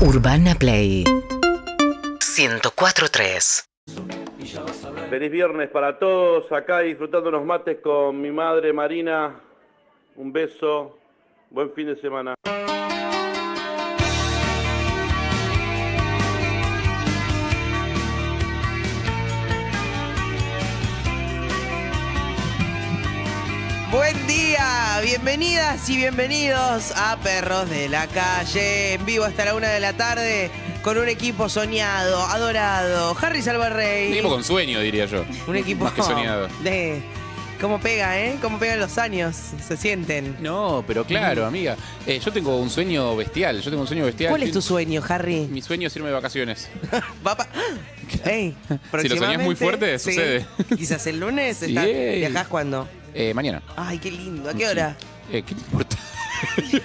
Urbana Play 104.3 Feliz viernes para todos, acá disfrutando unos mates con mi madre Marina. Un beso, buen fin de semana. Buen día, bienvenidas y bienvenidos a Perros de la Calle, en vivo hasta la una de la tarde, con un equipo soñado, adorado, Harry Un Salvarrey. equipo con sueño, diría yo. Un equipo Más que soñado. de... ¿Cómo pega, eh? ¿Cómo pegan los años? Se sienten. No, pero claro, amiga. Eh, yo tengo un sueño bestial. Yo tengo un sueño bestial. ¿Cuál es tu sueño, Harry? Mi sueño es irme de vacaciones. Va pa- Ey, Si lo soñás muy próximamente, fuerte, sí. sucede. Quizás el lunes estás- Yay. viajás cuando. Eh, mañana. Ay, qué lindo. ¿A qué hora? Eh, ¿Qué te importa?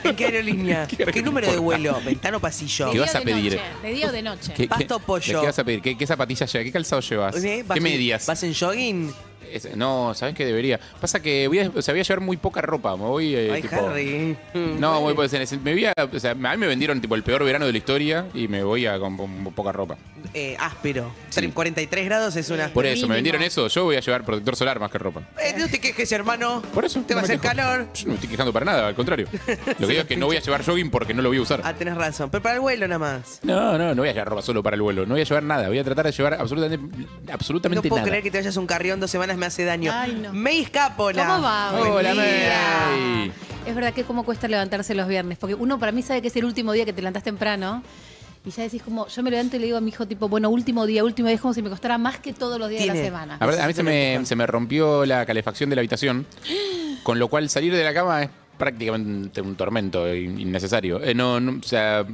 ¿En qué aerolínea? ¿Qué ¿Qué aerolínea número de importa? vuelo? ¿Ventano o pasillo? ¿Qué día vas a o de pedir? noche, de día o de noche. ¿Qué, Pasto o pollo. ¿Qué vas a pedir? ¿Qué, qué zapatillas llevas? ¿Qué calzado llevas? ¿Eh? ¿Vas ¿Qué en- medias? ¿Vas en jogging? Es- no, ¿sabes qué debería? Pasa que voy a, o sea, voy a llevar muy poca ropa. Me voy. eh, Ay, tipo- Harry. No, voy, pues, en ese- me voy a, o sea, a mí me vendieron tipo el peor verano de la historia y me voy a con, con poca ropa. Eh, áspero. Tre- 43 grados es una. Por eso, me Mínimo. vendieron eso. Yo voy a llevar protector solar más que ropa. Eh, no te quejes, hermano. Por eso. Te va a no me hacer quejo. calor. Yo no me estoy quejando para nada, al contrario. Lo que digo es que no voy a llevar jogging porque no lo voy a usar. Ah, tenés razón. Prepara el vuelo nada más. No, no, no voy a llevar ropa solo para el vuelo. No voy a llevar nada. Voy a tratar de llevar absolutamente, No absolutamente puedo nada. creer que te vayas un carrión dos semanas, me hace daño. Ay, no. May Escapola. ¿Cómo va? Buen Hola, día. May. Ay. Es verdad que cómo cuesta levantarse los viernes, porque uno para mí sabe que es el último día que te levantás temprano. Y ya decís como, yo me levanto y le digo a mi hijo tipo, bueno, último día, último día, es como si me costara más que todos los días de Tiene. la semana. A, ver, a mí se me, se me rompió la calefacción de la habitación, con lo cual salir de la cama es prácticamente un tormento in- innecesario. Eh, no, no, o sea...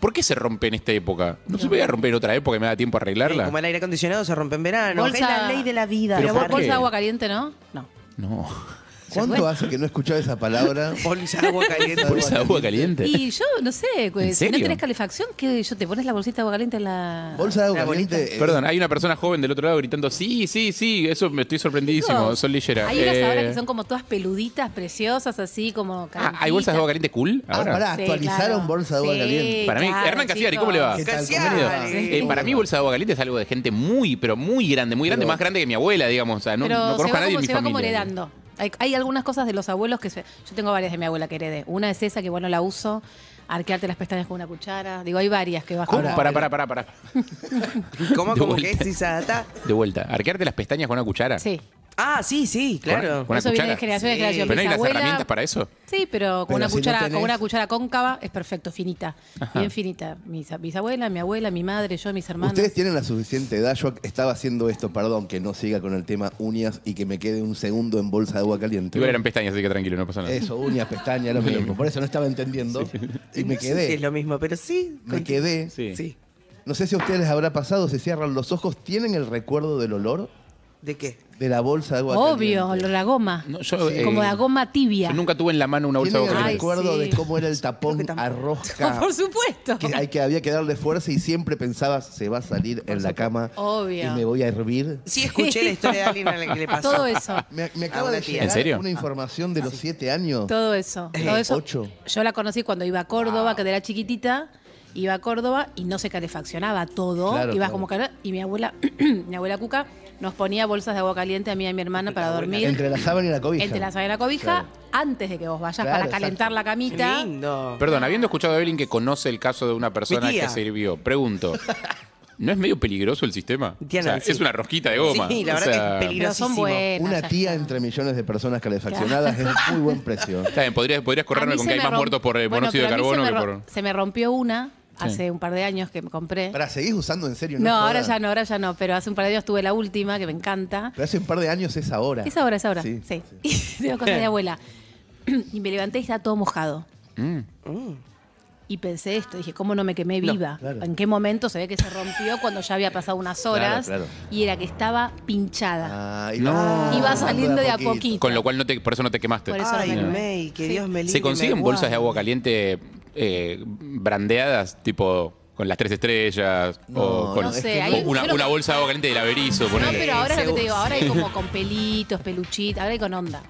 ¿Por qué se rompe en esta época? ¿No se podía romper en otra época y me da tiempo a Eh, como arreglarla? el aire acondicionado se rompe en verano. Bolsa- Es la ley de la vida. Pero Pero Bárbara. ¿por vos bolsa qué? de agua caliente, ¿no? No. No. fue? ¿Cuánto hace que no escuchaba esa palabra? Bolsa de agua caliente. Por esa agua caliente. Y yo, no sé, pues, ¿En si no serio? tenés calefacción, ¿qué? Yo te pones la bolsita de agua caliente en la... Bolsa de La agua bolita. caliente. eh, Perdón, hay una persona joven del otro lado gritando, sí, sí, sí, eso me estoy sorprendidísimo, Chicos, Sol Lillera. Hay unas Eh, ahora que son como todas peluditas, preciosas, así como ah, ¿Hay bolsas de agua caliente cool? Ah, Ahora. pará, Sí, actualizaron claro. bolsa de agua Sí. caliente. Para mí, claro, Hernán Casiari, ¿cómo le chicos. va? ¿Qué tal? Bienvenido. Casiari. Eh, para mí, bolsa de agua caliente es algo de gente muy, pero muy grande, muy grande, Pero- más grande que mi abuela, digamos. O sea, no, Pero no se conozco va a nadie como, en mi se va familia. como heredando. Hay, hay algunas cosas de los abuelos que se- yo tengo varias de mi abuela que heredé. Una es esa que bueno la uso, arquearte las pestañas con una cuchara. Digo, hay varias que vas ¿Cómo? como- pará, pará, pará, pará. ¿Cómo, De cómo vuelta. que es esa data? De vuelta. ¿Arquearte las pestañas con una cuchara? Sí. Ah, sí, sí, claro. Con una eso viene de cuchara. generación en Sí. generación. ¿Pero no hay Mi las abuela- herramientas para eso? Sí, pero con Pero una si no cuchara, tenés- con una cuchara cóncava es perfecto, finita. Bien finita. Mis bisabuela, mi abuela, mi madre, yo, mis hermanos. Ustedes tienen la suficiente edad. Yo estaba haciendo esto, perdón, que no siga con el tema uñas y que me quede un segundo en bolsa de agua caliente. Igual eran pestañas, así que tranquilo, no pasa nada. Eso, uñas, pestañas, lo mismo. Por eso no estaba entendiendo. Y me No sé si es quedé. lo mismo, pero sí. Me quedé. Sí. Sí. No sé si a ustedes les habrá pasado, se cierran los ojos. ¿Tienen el recuerdo del olor ¿De qué? de la bolsa de agua Obvio, caliente? olor a goma. No, yo, eh, como la goma tibia. Yo nunca tuve en la mano una bolsa de agua ¿Tienen el Ay, caliente. recuerdo sí. de cómo era el que tapón tam- a rosca? Por supuesto. que, hay que había que darle fuerza y siempre pensabas, se va a salir en la cama Obvio. y me voy a hervir. Sí, escuché la historia de alguien a la que le pasó. Todo eso. Me, me Ah, acaba una de tía. Ah, llegar ¿En serio? una información de los siete años. Todo eso. Todo eso. Eh, ocho. Yo la conocí cuando iba a Córdoba, que era chiquitita, iba a Córdoba y no se calefaccionaba todo. Claro, iba claro. como calor. Y mi abuela, mi abuela Cuca, nos ponía bolsas de agua caliente a mí y a mi hermana para dormir entre, Entre la sábana y la cobija. la sábana y la cobija antes de que vos vayas Claro, para calentar exacto. la Qué camita. lindo. Perdón, habiendo escuchado a Evelyn que conoce el caso de una persona Mi tía. que sirvió, pregunto. ¿No es medio peligroso el sistema? Diana, O sea, sí. Es una rosquita de goma. Sí, la O verdad que sea, es peligroso. Pero son Peligrosísimo. buenas. Una ya tía está. entre millones de personas calefaccionadas es muy buen precio. Está bien, podrías, podrías correrme A mí con que se hay me más romp- muertos por eh, Bueno, monóxido de pero a mí carbono se que me por. rom- Se me rompió una Sí. hace un par de años que me compré. Para, ¿seguís usando en serio? no, ahora jodas. ya no, ahora ya no, pero hace un par de años tuve la última que me encanta. Pero hace un par de años es Ah. ahora. Es ahora, es ahora. Sí. Sí. Y digo, cosa de abuela. Y me levanté y estaba todo mojado. Mm. Y pensé esto, dije, ¿cómo no me quemé viva? claro. ¿En qué momento se ve que se rompió cuando ya había pasado unas horas? claro. Y era que estaba pinchada. Ah, No. Iba saliendo de a poquito. Con lo cual no te, por eso no te quemaste. Por eso Ay, no me- May, que Sí. Dios me libre. ¿Se y consiguen me bolsas de guarde. agua caliente eh, brandeadas, tipo con las tres estrellas? o No, con no sé, o hay- una, yo lo- una bolsa de agua caliente del averizo, No, ponele. pero ahora es lo que te Seguro. digo, ahora hay como con pelitos, peluchitos, ahora hay con onda.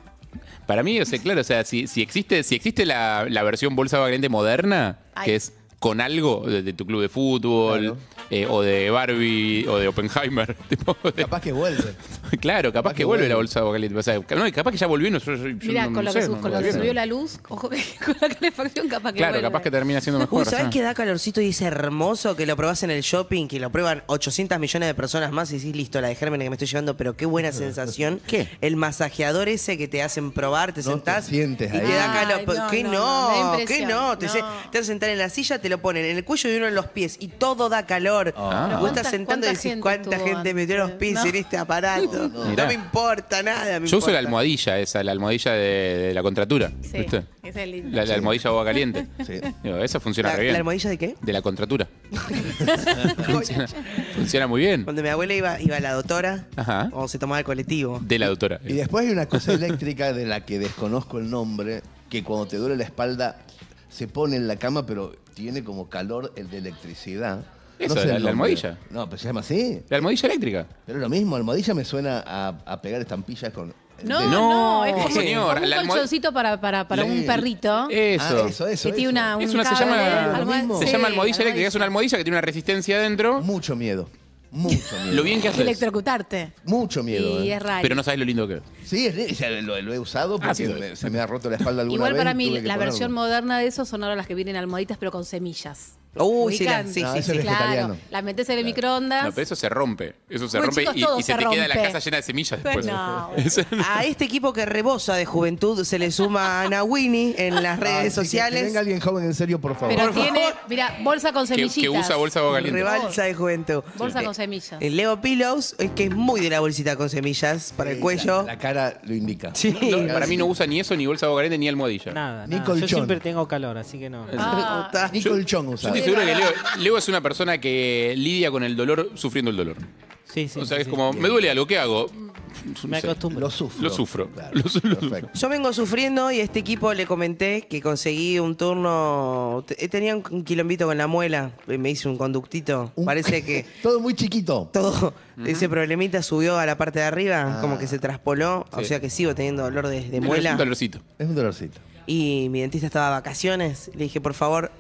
Para mí, o sea, claro, o sea, si, si existe, si existe la, la versión bolsa de agua caliente moderna, Ay. que es con algo de, de tu club de fútbol Claro. eh, o de Barbie o de Oppenheimer. Tipo, de- Capaz que vuelve. claro, capaz, capaz que, que vuelve vuelve. la bolsa de Bocalito. O sea, no, y capaz que ya volvió y nosotros. yo Mirá, no- con no lo que, sé, su- no con lo que volvieron. subió la luz, ojo que con la calefacción capaz que Claro, vuelve. capaz que termina siendo mejor. Uy, ¿sabés ¿sabes? que da calorcito y es hermoso que lo probás en el shopping, que lo prueban 800 millones de personas más y decís, listo, la de germen que me estoy llevando, pero qué buena sensación. ¿Qué? El masajeador ese que te hacen probar, te No te sentás sientes y ahí. te da Ay, calor. no, ¿Qué no, no? no, me da ¿Qué impresión, no? Te, no. se- te hacen sentar en la silla, te lo ponen en el cuello y uno en los pies y todo da calor. Ah. Vos ¿Cuántas- estás sentando y cuánta decís, gente ¿cuánta estuvo gente metió los antes? pies No. en este aparato? No, Mirá. me importa nada. me Yo uso la importa. almohadilla esa, la almohadilla de, de la contratura. Sí, ¿viste? esa es linda. La, la almohadilla agua caliente. Sí. Digo, esa funciona ¿La, re bien. Mm. ¿La almohadilla de qué? De la contratura. funciona, funciona muy bien. Cuando mi abuela iba, iba a la doctora, Ajá. o se tomaba el colectivo. De la doctora. Y después hay una cosa eléctrica de la que desconozco el nombre, que cuando te duele la espalda se pone en la cama, pero tiene como calor el de electricidad. Eso, el la- la nombre. almohadilla. No, pero se llama así. La almohadilla eléctrica. Pero es lo mismo, almohadilla me suena a, a pegar estampillas con... No, de- no, No, es como, señor, como un la almohad- colchoncito para, para, para un Sí. perrito. Eso. Ah, eso, eso. que tiene eso. una, un Es una- se cable, llama- lo almohad- mismo. Se sí, llama almohadilla eléctrica, es una almohadilla que tiene una resistencia adentro. Mucho miedo. Mucho miedo. Lo bien que hace. Electrocutarte. Mucho miedo. Y ¿eh? es raro. Pero no sabes lo lindo que es. Sí, es- es- lo, lo he usado porque Ah, sí, lo- me- se me ha roto la espalda alguna Igual vez. para y mí tuve la que ponerlo. versión moderna de eso son ahora las que vienen almohaditas pero con semillas. Uy, sí, la- ¿Ubican? sí, No, Ah, sí, eso sí. es Claro, vegetariano. la metes en el microondas. No, pero eso se rompe. Eso se Bueno, rompe chicos, y, todo y se, se te queda la rompe. casa llena de semillas después. No, Eso- A este equipo que rebosa de juventud se le suma Ana Winnie en las Ah, sí, redes que- que sociales. venga alguien joven en serio, por favor. Pero Por tiene, favor. mira, bolsa con que, semillitas. que usa bolsa de agua caliente. Rebalsa de juventud. Bolsa Eh, con semillas. El Leo Pillows, eh, que es muy de la bolsita con semillas para el Sí, cuello. La, la cara lo indica. Sí. No, para mí no usa ni eso, ni bolsa de agua caliente, ni almohadilla. Nada, Ni nada. colchón. Yo siempre tengo calor, así que no. Ah, Ni colchón usa. Yo estoy seguro que Leo, Leo es una persona que lidia con el dolor sufriendo el dolor. Sí, sí. o sea, sí, es sí. como, me duele algo, ¿qué hago? Me sé. acostumbro. Lo sufro. Lo sufro. Claro, Lo su- lo perfecto. Yo vengo sufriendo y a este equipo le comenté que conseguí un turno. te- eh, Tenía un quilombito con la muela, eh, me hice un conductito. Un- Parece que Todo muy chiquito. todo ese problemita subió a la parte de arriba, Ah. como que se traspoló. O Sí. sea que sigo teniendo dolor de, de Es muela. Un dolorcito. Es un dolorcito. Y mi dentista estaba de vacaciones. Le dije, por favor,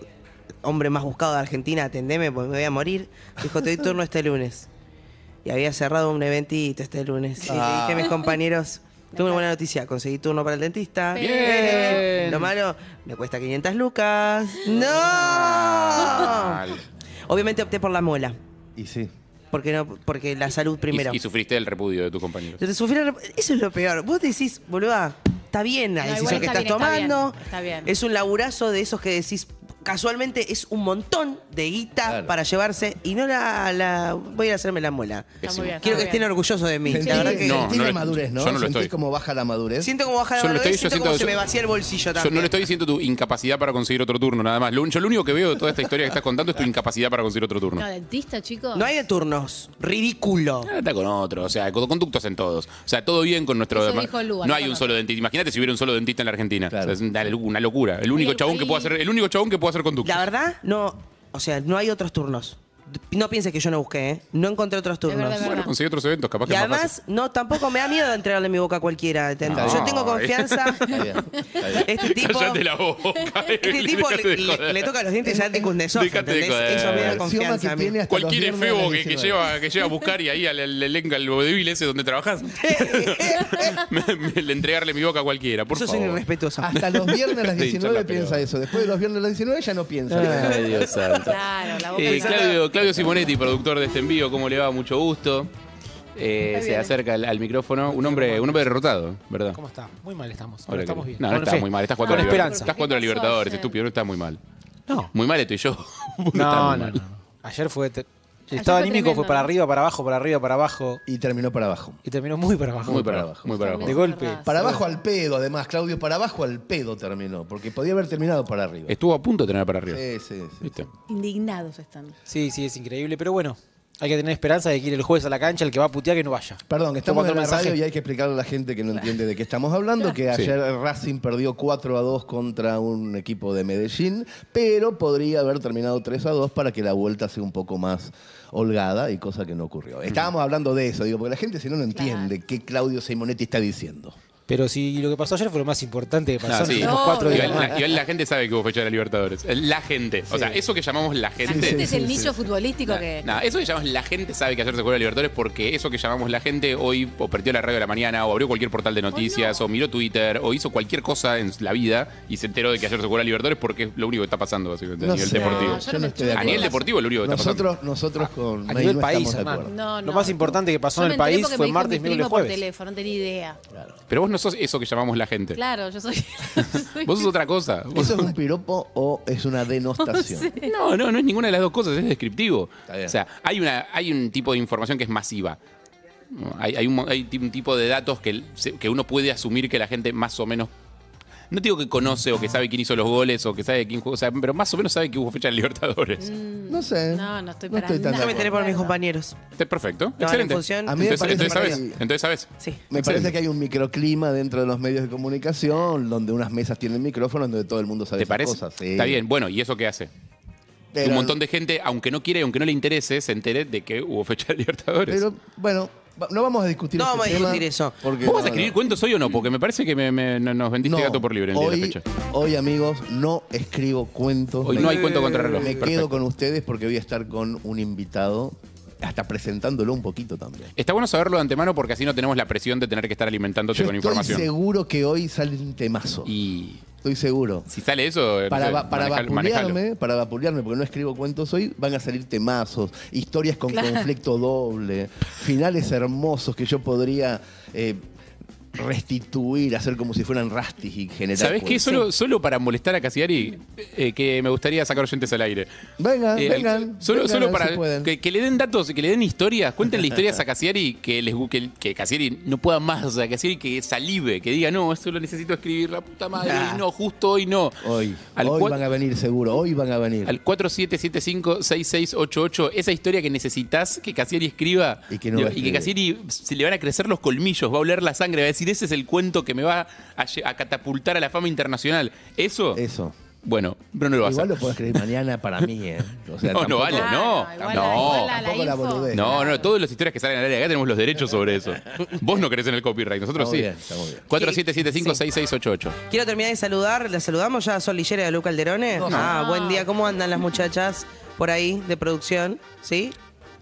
hombre más buscado de Argentina, atendeme porque me voy a morir. Dijo, te doy turno este lunes. Y había cerrado un eventito este lunes. Y le Ah. dije a mis compañeros, tuve una buena noticia, conseguí turno para el dentista. Bien. Lo malo, me cuesta 500 lucas. ¡No! Mal. Obviamente opté por la muela. Y sí. Porque, no, porque la salud primero. Y, y sufriste el repudio de tus compañeros. Pero sufrir- eso es lo peor. Vos decís, boluda, está bien la No, decisión igual que está estás bien, está bien, tomando. está bien. Es un laburazo de esos que decís, casualmente es un montón de guita Claro. para llevarse y no la, la- voy a ir a hacerme la muela. Está muy bien, Quiero está que muy estén bien. orgullosos de mí. Sentí, La verdad que No, sentí no la lo- madurez, ¿no? yo no lo Sentí estoy. como baja la madurez. siento como baja la Yo no lo mano estoy, yo eh, siento siento- como se yo- me vacía el bolsillo Yo también. no le estoy diciendo tu incapacidad para conseguir otro turno, nada más. Lo, un- yo lo único que veo de toda esta historia que estás contando es tu incapacidad para conseguir otro turno. No, dentista, chicos. No hay de turnos. Ridículo. Ah, Está con otro, o sea, con conductos en todos. O sea, todo bien con nuestro. Eso dijo Luba, no no hay con un otro. solo dentista. Imagínate si hubiera un solo dentista en la Argentina. Claro. O sea, es una, lo- una locura. El único Hay- chabón que hay- puede hacer, el único chabón que puede hacer conductos. La verdad, no, o sea, no hay otros turnos. No pienses que yo no busqué, ¿eh? No encontré otros turnos. verdad, es verdad. Bueno, conseguí otros eventos, capaz Y que es más fácil. además, no, tampoco me da miedo de entregarle mi boca a cualquiera. ¿entendés? No. Yo tengo confianza. Está bien, está bien. Este tipo, Cállate la boca. este Evelyn, tipo dejate de le, le- joder. le toca los dientes y ya te cundesó. Dejate de ¿entendés? joder. Eso me da Axioma Axioma confianza a que mí. tiene hasta Cualquier los viernes a efebo las que, que 19. lleva, que lleva a buscar y ahí al, al elenco, al vodevil ese donde trabajas, me- me- le entregarle mi boca a cualquiera, por Eso es favor. irrespetuoso. Hasta los viernes a las Te hincha 19 la pelota. piensa eso. Después de los viernes a las 19 ya no piensa. Ay, Dios santo. Claro, la boca Eh, llena. Claudio, Claudio Simonetti, productor de este envío, ¿cómo le va? Mucho gusto. Eh, se bien. acerca al, al micrófono. Un hombre, un hombre derrotado, ¿verdad? ¿Cómo está? Muy mal estamos. Ahora Pero estamos que- bien. No, no Con estás fe, muy mal. Estás No, cuatro con libertadores. esperanza. Estás cuatro ¿Qué pasó libertadores, ayer? estúpido. No estás muy mal. No. Muy mal estoy yo. Vos no estás No, muy no, mal. no. Ayer fue. te- El Ayer estado fue anímico tremendo, fue para ¿no? arriba, para abajo, para arriba, para abajo. Y terminó para abajo. Y terminó muy para abajo. Muy para abajo. Muy para abajo. De golpe. Para Para abajo al pedo, además, Claudio, para abajo al pedo terminó. Porque podía haber terminado para arriba. Estuvo a punto de tener para arriba. Sí, sí, sí. ¿Viste? Indignados están. Sí, sí, es increíble. Pero bueno, hay que tener esperanza de que ir el jueves a la cancha, el que va a putear que no vaya. Perdón, Yo estamos mando en la un mensaje. radio y hay que explicarle a la gente que no entiende de qué estamos hablando, que Sí. ayer Racing perdió 4 a 2 contra un equipo de Medellín, pero podría haber terminado 3 a 2 para que la vuelta sea un poco más holgada y cosa que no ocurrió. Estábamos hablando de eso, digo, porque la gente si no no entiende qué Claudio Simonetti está diciendo. Pero si lo que pasó ayer fue lo más importante que pasó No, en Ah, sí. los últimos cuatro No, días. Igual, la, igual la gente sabe que hubo fecha de la Libertadores. La gente. O sea, eso que llamamos la La gente. gente es el nicho futbolístico Nah, que. nah, eso que llamamos la gente sabe que ayer se juega la Libertadores porque eso que llamamos la gente hoy o perdió la radio de la mañana o abrió cualquier portal de noticias o miró Twitter o hizo cualquier cosa en la vida y se enteró de que ayer se jugó la Libertadores porque es lo único que está pasando básicamente, a nivel sé, deportivo. No, yo yo me no estoy de estoy- a acuerdo. nivel deportivo es lo único que está pasando. Nosotros, nosotros con A May nivel no país, estamos de hermano. acuerdo. No, no, Lo más importante que pasó Yo en me el enteré país porque fue me dijo martes, mi primo miércoles, por jueves. teléfono, no tenía idea. Pero vos no sos eso que llamamos la gente. Claro, yo soy. soy- Vos sos otra cosa. Vos ¿Eso es sos- un piropo o es una denostación? Este. No, no, no es ninguna de las dos cosas, es descriptivo. Está bien. O sea, hay, una, hay un tipo de información que es masiva. No, Hay, hay un, mo- hay ti- un tipo de datos que, se- que uno puede asumir que la gente más o menos. No digo que conoce o que sabe quién hizo los goles o que sabe quién jugó, o sea, pero más o menos sabe que hubo fecha de Libertadores. Mm. No sé. No, no estoy No para estoy tan de nada. Yo me enteré por mis Claro. compañeros. Está perfecto. en Excelente. función- A mí me entonces, parece entonces sabes. maravilla. Entonces sabes. Sí. Me Excelente. parece que hay un microclima dentro de los medios de comunicación, donde unas mesas tienen micrófonos, donde todo el mundo sabe ¿Te esas parece? cosas. sí. Está bien. Bueno, ¿y eso qué hace? Pero- un montón de gente, aunque no quiera y aunque no le interese, se entere de que hubo fecha de Libertadores. Pero bueno, va- no vamos a discutir No ese vamos a tema, discutir eso. Porque, ¿Vos vas no, a escribir no. cuentos hoy o no? Porque me parece que me- me- no- nos vendiste No, gato por libre en el día de la hoy, fecha. hoy, amigos, no escribo cuentos. Hoy Me- no hay cuento contra Me reloj. quedo con ustedes porque voy a estar con un invitado, hasta presentándolo un poquito también. Está bueno saberlo de antemano porque así no tenemos la presión de tener que estar alimentándote Yo con estoy información. seguro que hoy sale un temazo. Y Estoy seguro. si sale eso, no Para, sé, va- para manejalo- manejalo. vapulearme, para vapulearme, porque no escribo cuentos hoy, van a salir temazos, historias con conflicto doble, finales hermosos que yo podría eh, restituir, hacer como si fueran rastis y generar. ¿Sabés qué? cuentos. Solo, solo para molestar a Casiari, eh, que me gustaría sacar oyentes al aire. Vengan, Eh, Ah, vengan. solo vengan, solo si para pueden. que, que le den datos, que le den historias, cuéntenle historias a Casiari que les gu- que, que Casiari no pueda más, o sea, Casiari que salive, que diga, no, esto lo necesito escribir, la puta madre, Nah. hoy no, justo hoy no. Hoy, Al hoy cua- van a venir seguro, hoy van a venir. Al 4775-6688, esa historia que necesitas que Casieri escriba Y que no va a escribir. Casieri se le van a crecer los colmillos, va a oler la sangre, va a decir, ese es el cuento que me va a, lle- a catapultar a la fama internacional. ¿Eso? Eso. Bueno, pero no lo va a Igual hacer. lo puedo escribir mañana para mí, ¿eh? O sea, No, no tampoco- vale, Ah, no, igual no. la- igual la- Tampoco la info. boludez. No, no, todas las historias que salen al área acá tenemos los derechos sobre eso. Vos no querés en el copyright, nosotros Estamos sí. bien, estamos bien. 4775-6688. Quiero terminar de saludar. ¿La saludamos ya a Sol Lillera y a Lu Calderone? Ah, buen día. ¿Cómo andan las muchachas por ahí de producción? ¿Sí?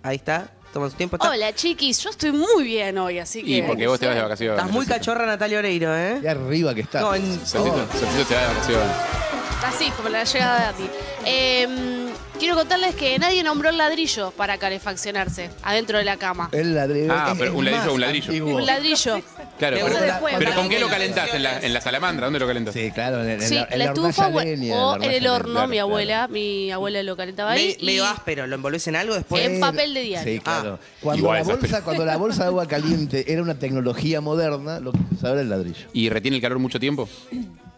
Ahí está. Toma su tiempo. Está- Hola chiquis, yo estoy muy bien hoy, así que. Y porque vos te vas de vacaciones. Estás muy cachorra, Natalia Oreiro, ¿eh? Qué arriba que está. No, en- Solcito- Solcito se va de vacaciones. Así, como la llegada de Ati. Eh, quiero contarles que nadie nombró el ladrillo para calefaccionarse adentro de la cama. El ladrillo. Ah, es- pero es un ladrillo, más un ladrillo. antiguo. Un ladrillo. Claro, Me pero, gusta después, pero para ¿con qué mí lo que calentás? ¿En la, en la salamandra? ¿Dónde lo calentás? Sí, claro, en, en Sí, la, en la la estufa hornalla o, leña, o en en la el hornalla horno, leña, mi claro, abuela, claro. mi abuela lo calentaba ahí. Me- Medio y- áspero. ¿Lo envolvés en algo después? En papel de diario. Sí, claro. Ah. Cuando, Igual la esas bolsa, pelis- cuando la bolsa de agua caliente era una tecnología moderna, lo que se usa ahora es el ladrillo. ¿Y retiene el calor mucho tiempo?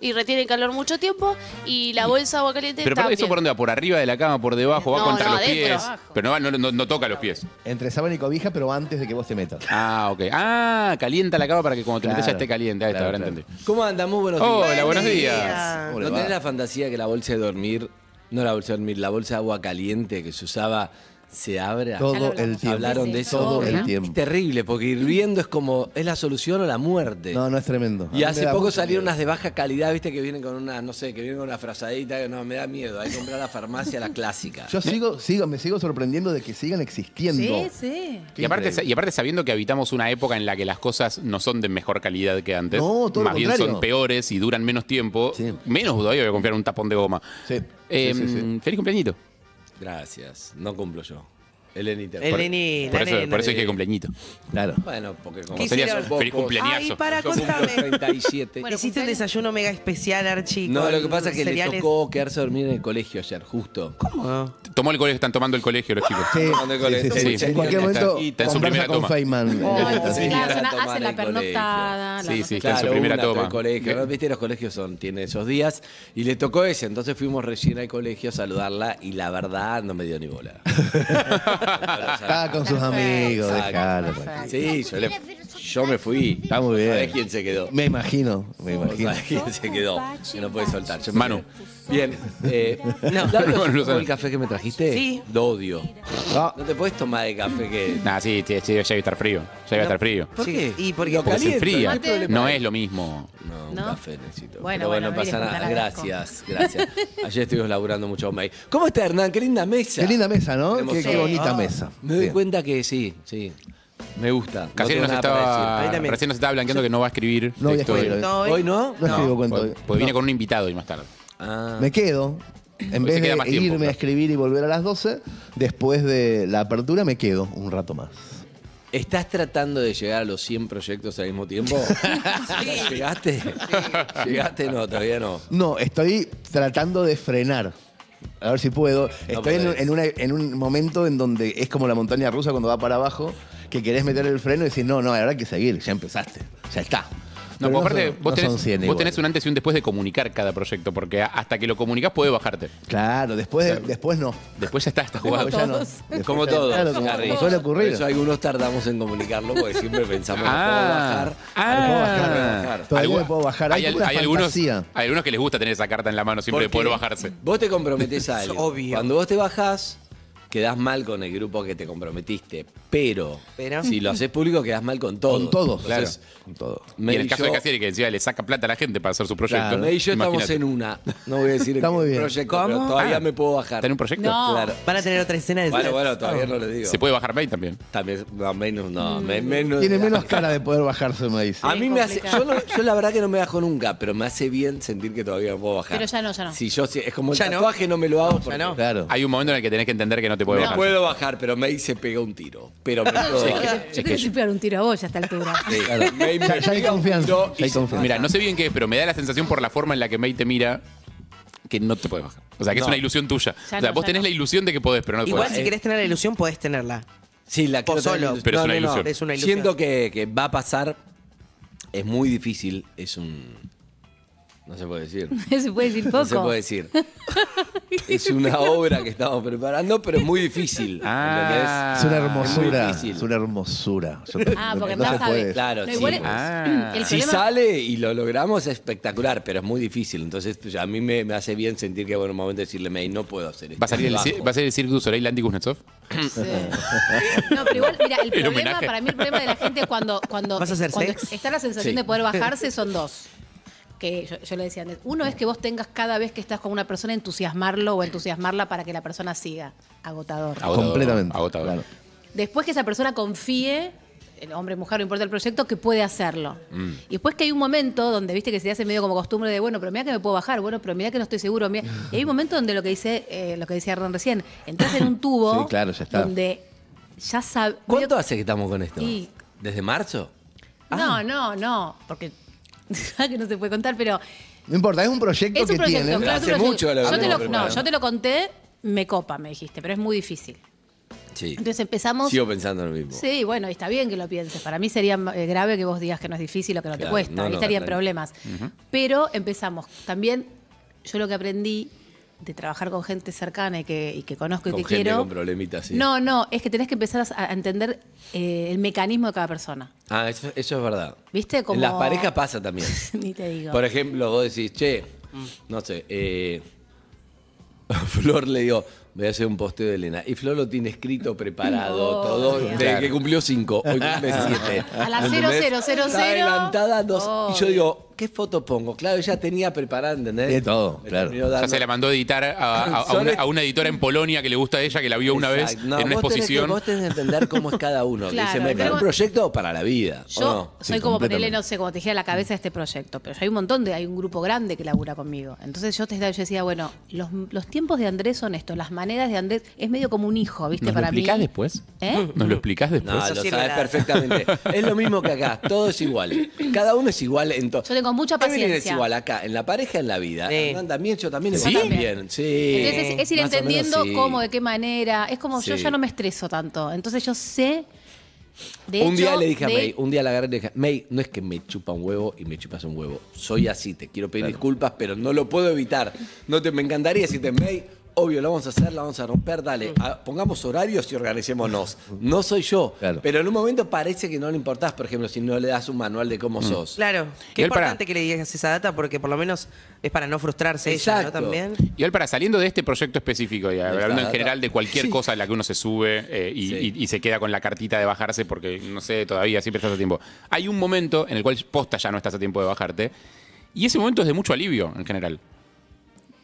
y retiene calor mucho tiempo y la bolsa de agua Este caliente Pero también. ¿eso por dónde va? ¿Por arriba de la cama? ¿Por debajo? ¿Va No, contra no, los adentro. pies? Pero no, va- no, no- no toca los pies. Entre sábana y cobija, pero antes de que vos te metas. Ah, ok. Ah, calienta la cama para que cuando te Claro. metes ya esté caliente. Ahí está, Claro, ahora claro. entendí. ¿Cómo andan? Muy buenos días. Hola, buenos días. Ah. ¿Cómo le ¿No va? tenés la fantasía que la bolsa de dormir, no la bolsa de dormir, la bolsa de agua caliente que se usaba, se abra? Ya lo Todo hablamos. el tiempo. Hablaron de eso. Todo el ¿verdad? Es tiempo. terrible, porque hirviendo es como, es la solución o la muerte. No, no es tremendo. A mí Y me hace da poco mucho salieron miedo. unas de baja calidad, viste, que vienen con una, no sé, que vienen con una frazadita, que no, me da miedo. Hay que comprar a la farmacia, la clásica. Yo sigo, sigo, me sigo sorprendiendo de que sigan existiendo. Sí, sí. Qué Y aparte, increíble. y aparte sabiendo que habitamos una época en la que las cosas no son de mejor calidad que antes, No, todo lo más bien son contrario. peores y duran menos tiempo, Sí. menos todavía voy a confiar en un tapón de goma. Sí, sí, Eh, sí, sí. Feliz cumpleañito. Gracias, no cumplo yo. Elenita. El neni, Por la eso, nena. por eso dije cumpleañito. Claro. Bueno, porque como Quisiera- serías un poco- Feliz cumpleañazo. Ay, para, Yo cumplo contame. 37. Bueno, Hiciste un cumpleaños. desayuno mega especial, Archie. No, con lo que pasa es que le cereales. tocó quedarse a dormir en el colegio ayer, justo. Ah. Tomó el colegio, están tomando el colegio los chicos. Sí, Ando con sí, esto, sí, sí. muchachos. En cualquier Está- momento está en su conversa primera con toma. Oh, Feynman. entonces, Eh, Sí, claro, la hacen- toma hacen en la el colegio. pernoctada. la Sí, no sí. sé está en su primera una, todo toma. el colegio, ¿no? Viste, los colegios son, tienen esos días. Y le tocó ese, entonces fuimos recién al colegio a saludarla y la verdad no me dio ni bola. Estaba con sus amigos, pues. Exacto. dejalo. Sí, yo le, yo me fui. Está muy bien. ¿Sabés quién se quedó? Me imagino, me imagino. ¿Sabés quién se quedó? Que no puede soltar. Yo me Manu. quedé. Bien. Eh, No. Lauro, Bueno, ¿se lo tomó sé. el café que me trajiste? Sí. Lo odio. Ah, No te podés tomar el café que. Nah, sí, sí, sí, ya iba a estar frío. Ya iba a estar frío. ¿Por qué? Y porque- Lo Porque se caliento, enfría. hay problema. No es lo mismo. No, un ¿No? café necesito. Bueno, Pero bueno, bueno, no mire, pasa nada. juntar las cosas. Gracias, gracias. Ayer estuvimos laburando mucho con May. ¿Cómo está Hernán? Qué linda mesa. Qué linda mesa, ¿no? Tenemos Qué, qué una- bonita Ah, mesa. Me doy Sí. cuenta que sí, sí. Me gusta. No Casi tengo nos nada para decir. estaba, Ahí también. recién nos estaba blanqueando que no va a escribir No voy a texto hoy. escribir hoy. No, ¿Hoy no? No escribo cuento hoy. Porque porque viene con un invitado y más tarde. Ah. Me quedo. En Hoy pues, se vez queda de más tiempo, irme a claro. escribir y volver a las 12, después de la apertura me quedo un rato más. ¿Estás tratando de llegar a los 100 proyectos al mismo tiempo? ¿Llegaste? ¿Llegaste? No, todavía no. No, estoy tratando de frenar. A ver si puedo. Estoy en, podés. en una- en un momento en donde es como la montaña rusa cuando va para abajo, que querés meter el freno y decís, no, no, ahora hay que seguir, ya empezaste, ya está. No, Pero porque aparte, son- vos, no son tenés, 100 vos igual. tenés un antes y un después de comunicar cada proyecto, porque a- hasta que lo comunicás puede bajarte. Claro, después, después no. Después ya está, está Después jugado. ya no. todos. Después Como ya- todos, Claro, como, Harry. como suele Por ocurrir. eso algunos tardamos en comunicarlo porque siempre pensamos Ah, no puedo bajar. ah. bajar. Todavía Algu- me puedo bajar. Hay, al- una algunos, fantasía. hay algunos que les gusta tener esa carta en la mano siempre de Porque poder bajarse. Vos te comprometés a algo. obvio. Cuando vos te bajás, quedás mal con el grupo que te comprometiste. Pero, Pero- si lo haces público, quedás mal con todos. Con todos, claro. Entonces, Con todos. Y en el Mel caso yo- de Casieri, que decía, le saca plata a la gente para hacer su proyecto. Claro, Mel y yo estamos Imagínate. en una. No voy a decir Está en muy qué bien. proyecto, pero ¿Cómo? todavía Ah, me puedo bajar. ¿Está en un proyecto? No. Claro. Van a tener otra escena de Bueno, sets. bueno, todavía no lo digo. Se puede bajar May también. También, no, menos, no, me- menos. Tiene menos cara de poder bajarse, me dice. A mí Es me hace. complicado. Yo, no- yo la verdad que no me bajo nunca, pero me hace bien sentir que todavía me puedo bajar. Pero ya no, ya no. Si yo, si- es como el Ya no. tatuaje, no. me lo hago. porque- no. Claro. Hay un momento en el que tenés que entender que no te puede Me bajar. puedo bajar, pero May se pega un tiro. Pero me puedo Sí, bajar. Yo te pegar un tiro a vos ya a esta altura. Sí, Claro. May me Ya, ya hay pega un confianza. tiro ya y hay se- confianza. Mira, no sé bien qué es, pero me da la sensación por la forma en la que May te mira que no te puedes bajar. O sea, que es una ilusión tuya. Ya o sea, no, vos ya tenés no. la ilusión de que podés, pero no Igual podés. si querés tener la ilusión, podés tenerla. Sí, la Vos quiero tener solo. ilus- Pero es una ilusión. Es una ilusión. Siento que, que va a pasar. Es muy difícil. Es un. No se puede decir. se puede decir poco. No se puede decir. es una obra que estamos preparando, pero es muy difícil. Ah. Es una Es hermosura. muy difícil. Es una hermosura. Yo- Ah, porque no no se sabe. puede. Claro, No, sí, igual es- pues. Ah. el Si problema- sale y lo logramos es espectacular, pero es muy difícil. Entonces pues, a mí me, me hace bien sentir que bueno, un momento decirle, May, no puedo hacer esto. ¿Va a salir el, Bajo. ci- va a salir el Cirque du Soleil Andy Kuznetsov? No, pero igual, mira, el problema, homenaje. para mí el problema de la gente es cuando, cuando, ¿Vas a hacer cuando sex? está la sensación Sí. de poder bajarse son dos. Que yo, yo le decía antes. Uno es que vos tengas cada vez que estás con una persona entusiasmarlo o entusiasmarla para que la persona siga. Agotador. Agotador, Completamente. agotador. Claro. Después que esa persona confíe, el hombre, mujer, no importa el proyecto, que puede hacerlo. Mm. Y después que hay un momento donde, viste, que se hace medio como costumbre de, bueno, pero mira que me puedo bajar, bueno, pero mira que no estoy seguro. mirá. Y hay un momento donde lo que dice, eh, lo que decía Hernán recién, entras en un tubo Sí, claro, ya está. donde ya sabes... ¿Cuánto hace que estamos con esto? Y- ¿Desde marzo? Ah. No, no, no, porque que no se puede contar, pero No importa, es un proyecto es un que proyecto. tiene. claro, es un Hace proyecto. mucho que lo yo te lo, venimos no, preparando. yo te lo conté, me copa, me dijiste, pero es muy difícil. Sí. Entonces empezamos... Sigo pensando en lo mismo. Sí, bueno, y está bien que lo pienses. Para mí sería eh, grave que vos digas que no es difícil o que no Claro, te cuesta. no, Ahí no, estaría en claro. problemas. Pero empezamos. También yo lo que aprendí de trabajar con gente cercana y que, y que conozco y Con que gente quiero. con problemitas, sí. No, no, es que tenés que empezar a, a entender eh, el mecanismo de cada persona. Ah, eso, eso es verdad. ¿Viste? En Como- las parejas pasa también. Ni te digo. Por ejemplo, vos decís, che, no sé, eh, Flor le digo, voy a hacer un posteo de Elena. Y Flor lo tiene escrito, preparado, Oh, todo. Dios. Desde que cumplió cinco, hoy cumple siete. A las ¿Entendés? 0000. Está adelantada dos. Y yo Obvio. digo, ¿qué foto pongo? Claro, ella tenía preparada, ¿entendés? Tiene todo, Me claro. terminó Ya dando- se la mandó a editar a, a- a Son una, est- a una editora en Polonia que le gusta a ella, que la vio una vez Exacto. No, en una vos tenés que- exposición. vos tenés que entender cómo es cada uno. Claro, Dice, me para pero- un proyecto o para la vida. ¿o Yo no? soy Sí, como ponerle, completamente. no sé, como te dije a la cabeza de este proyecto, pero hay un montón de, hay un grupo grande que labura conmigo. Entonces yo, te, yo decía, bueno, los, los tiempos de Andrés son estos, las maneras de Andrés, es medio como un hijo, ¿viste? ¿Nos lo para mí. explicás después? ¿Eh? ¿Nos lo explicás después? No, Eso lo sirve sabes nada. perfectamente. Es lo mismo que acá, todo es igual. Cada uno es igual en todo. Yo tengo mucha Evelyn es paciencia. igual acá, en la pareja, en la vida. Sí. Hernán también, yo también. ¿Sí? Yo también, sí. Entonces es, es ir Más o menos entendiendo sí. cómo, de qué manera. Es como yo Sí. ya no me estreso tanto. Entonces yo sé. De un día hecho, le dije a de- May, un día la agarré y le dije, May, no es que me chupa un huevo y me chupas un huevo. Soy así, te quiero pedir disculpas, pero no lo puedo evitar. No te, me encantaría decirte, May, obvio, la vamos a hacer, la vamos a romper, dale, Mm. a- pongamos horarios y organicémonos. No soy yo, Claro. pero en un momento parece que no le importás, por ejemplo, si no le das un manual de cómo sos. Claro, qué Igual para- importante que le digas esa data porque por lo menos es para no frustrarse ella, ¿no? Exacto. También. Y ahora, para saliendo de este proyecto específico, y hablando en data. general de cualquier Sí. cosa a la que uno se sube eh, y, Sí. y- y se queda con la cartita de bajarse, porque no sé, todavía siempre estás a tiempo. Hay un momento en el cual posta ya no estás a tiempo de bajarte, y ese momento es de mucho alivio en general.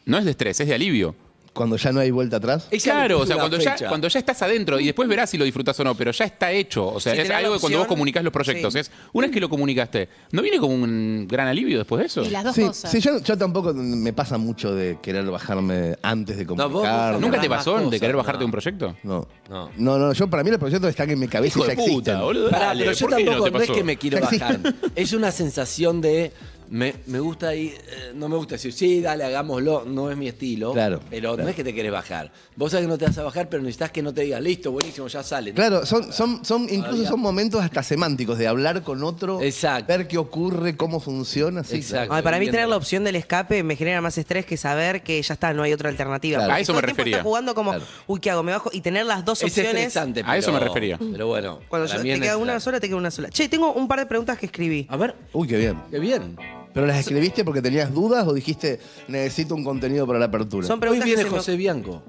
No es de estrés, es de alivio. Cuando ya no hay vuelta atrás. Esa Claro, es o sea, la cuando ya, fecha. cuando ya estás adentro y después verás si lo disfrutas o no, pero ya está hecho. O sea, Si es tenés la algo que cuando vos opción, comunicás los proyectos, sí. es una vez que lo comunicaste, ¿no viene como un gran alivio después de eso? Y las dos Sí, cosas. sí, yo, yo tampoco me pasa mucho de querer bajarme antes de vos- vos comunicar. sos ¿Nunca te Las pasó cosas, de querer no. bajarte de un proyecto? No. No. no. No, yo para mí los proyectos están en mi cabeza y Hijo ya de puta, existen. boludo. Pará, dale, pero yo ¿por qué no tampoco, te no es pasó? que me quiero Ya bajar. existen. Es una sensación de. Me, me gusta ir. eh, No me gusta decir, sí, dale, hagámoslo. No es mi estilo. Claro, Pero no claro. es que te quieres bajar. Vos sabés que no te vas a bajar, pero necesitas que no te digas, listo, buenísimo, ya sale. Claro, son, son, son, incluso Todavía. son momentos hasta semánticos de hablar con otro, Exacto. ver qué ocurre, cómo funciona. sí, Exacto. Ay, para mí entiendo. tener la opción del escape me genera más estrés que saber que ya está, no hay otra alternativa. Claro. A eso Todo me el tiempo refería. estás jugando como, Claro. uy, ¿qué hago? Me bajo y tener las dos Es opciones. estresante, A eso pero- me refería. Pero bueno. Cuando para yo- mí es te queda una necesario. sola, te queda una sola. Che, tengo un par de preguntas que escribí. A ver, Uy, qué bien. qué bien. ¿Pero las escribiste porque tenías dudas o dijiste necesito un contenido para la apertura? Son Hoy preguntas viene que se me- José Bianco.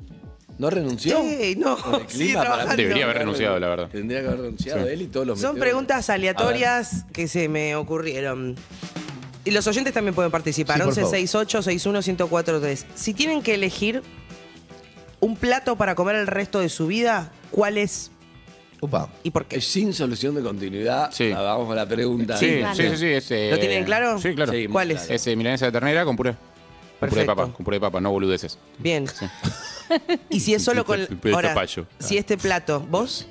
¿no renunció? Ey, no, Con el sigue clima, para- trabajando. Debería haber renunciado, la verdad. Tendría que haber renunciado él y todos los Son meteoros. preguntas A ver. aleatorias que se me ocurrieron. Y los oyentes también pueden participar. Sí, por 11 68 61 1043. Si tienen que elegir un plato para comer el resto de su vida, ¿cuál es Upa. y por qué? Es sin solución de continuidad. Sí. Ah, Vamos a la pregunta. Sí, Claro. sí, sí, sí. es, eh, ¿Lo tienen claro? Sí, claro. Sí, ¿Cuál claro. es? Es eh, milanesa de ternera con puré. Con puré de Perfecto. papa, con puré de papa, no boludeces. Bien. Y si es solo con. este El Ah. pez de ahora, zapallo. si este plato, ¿vos?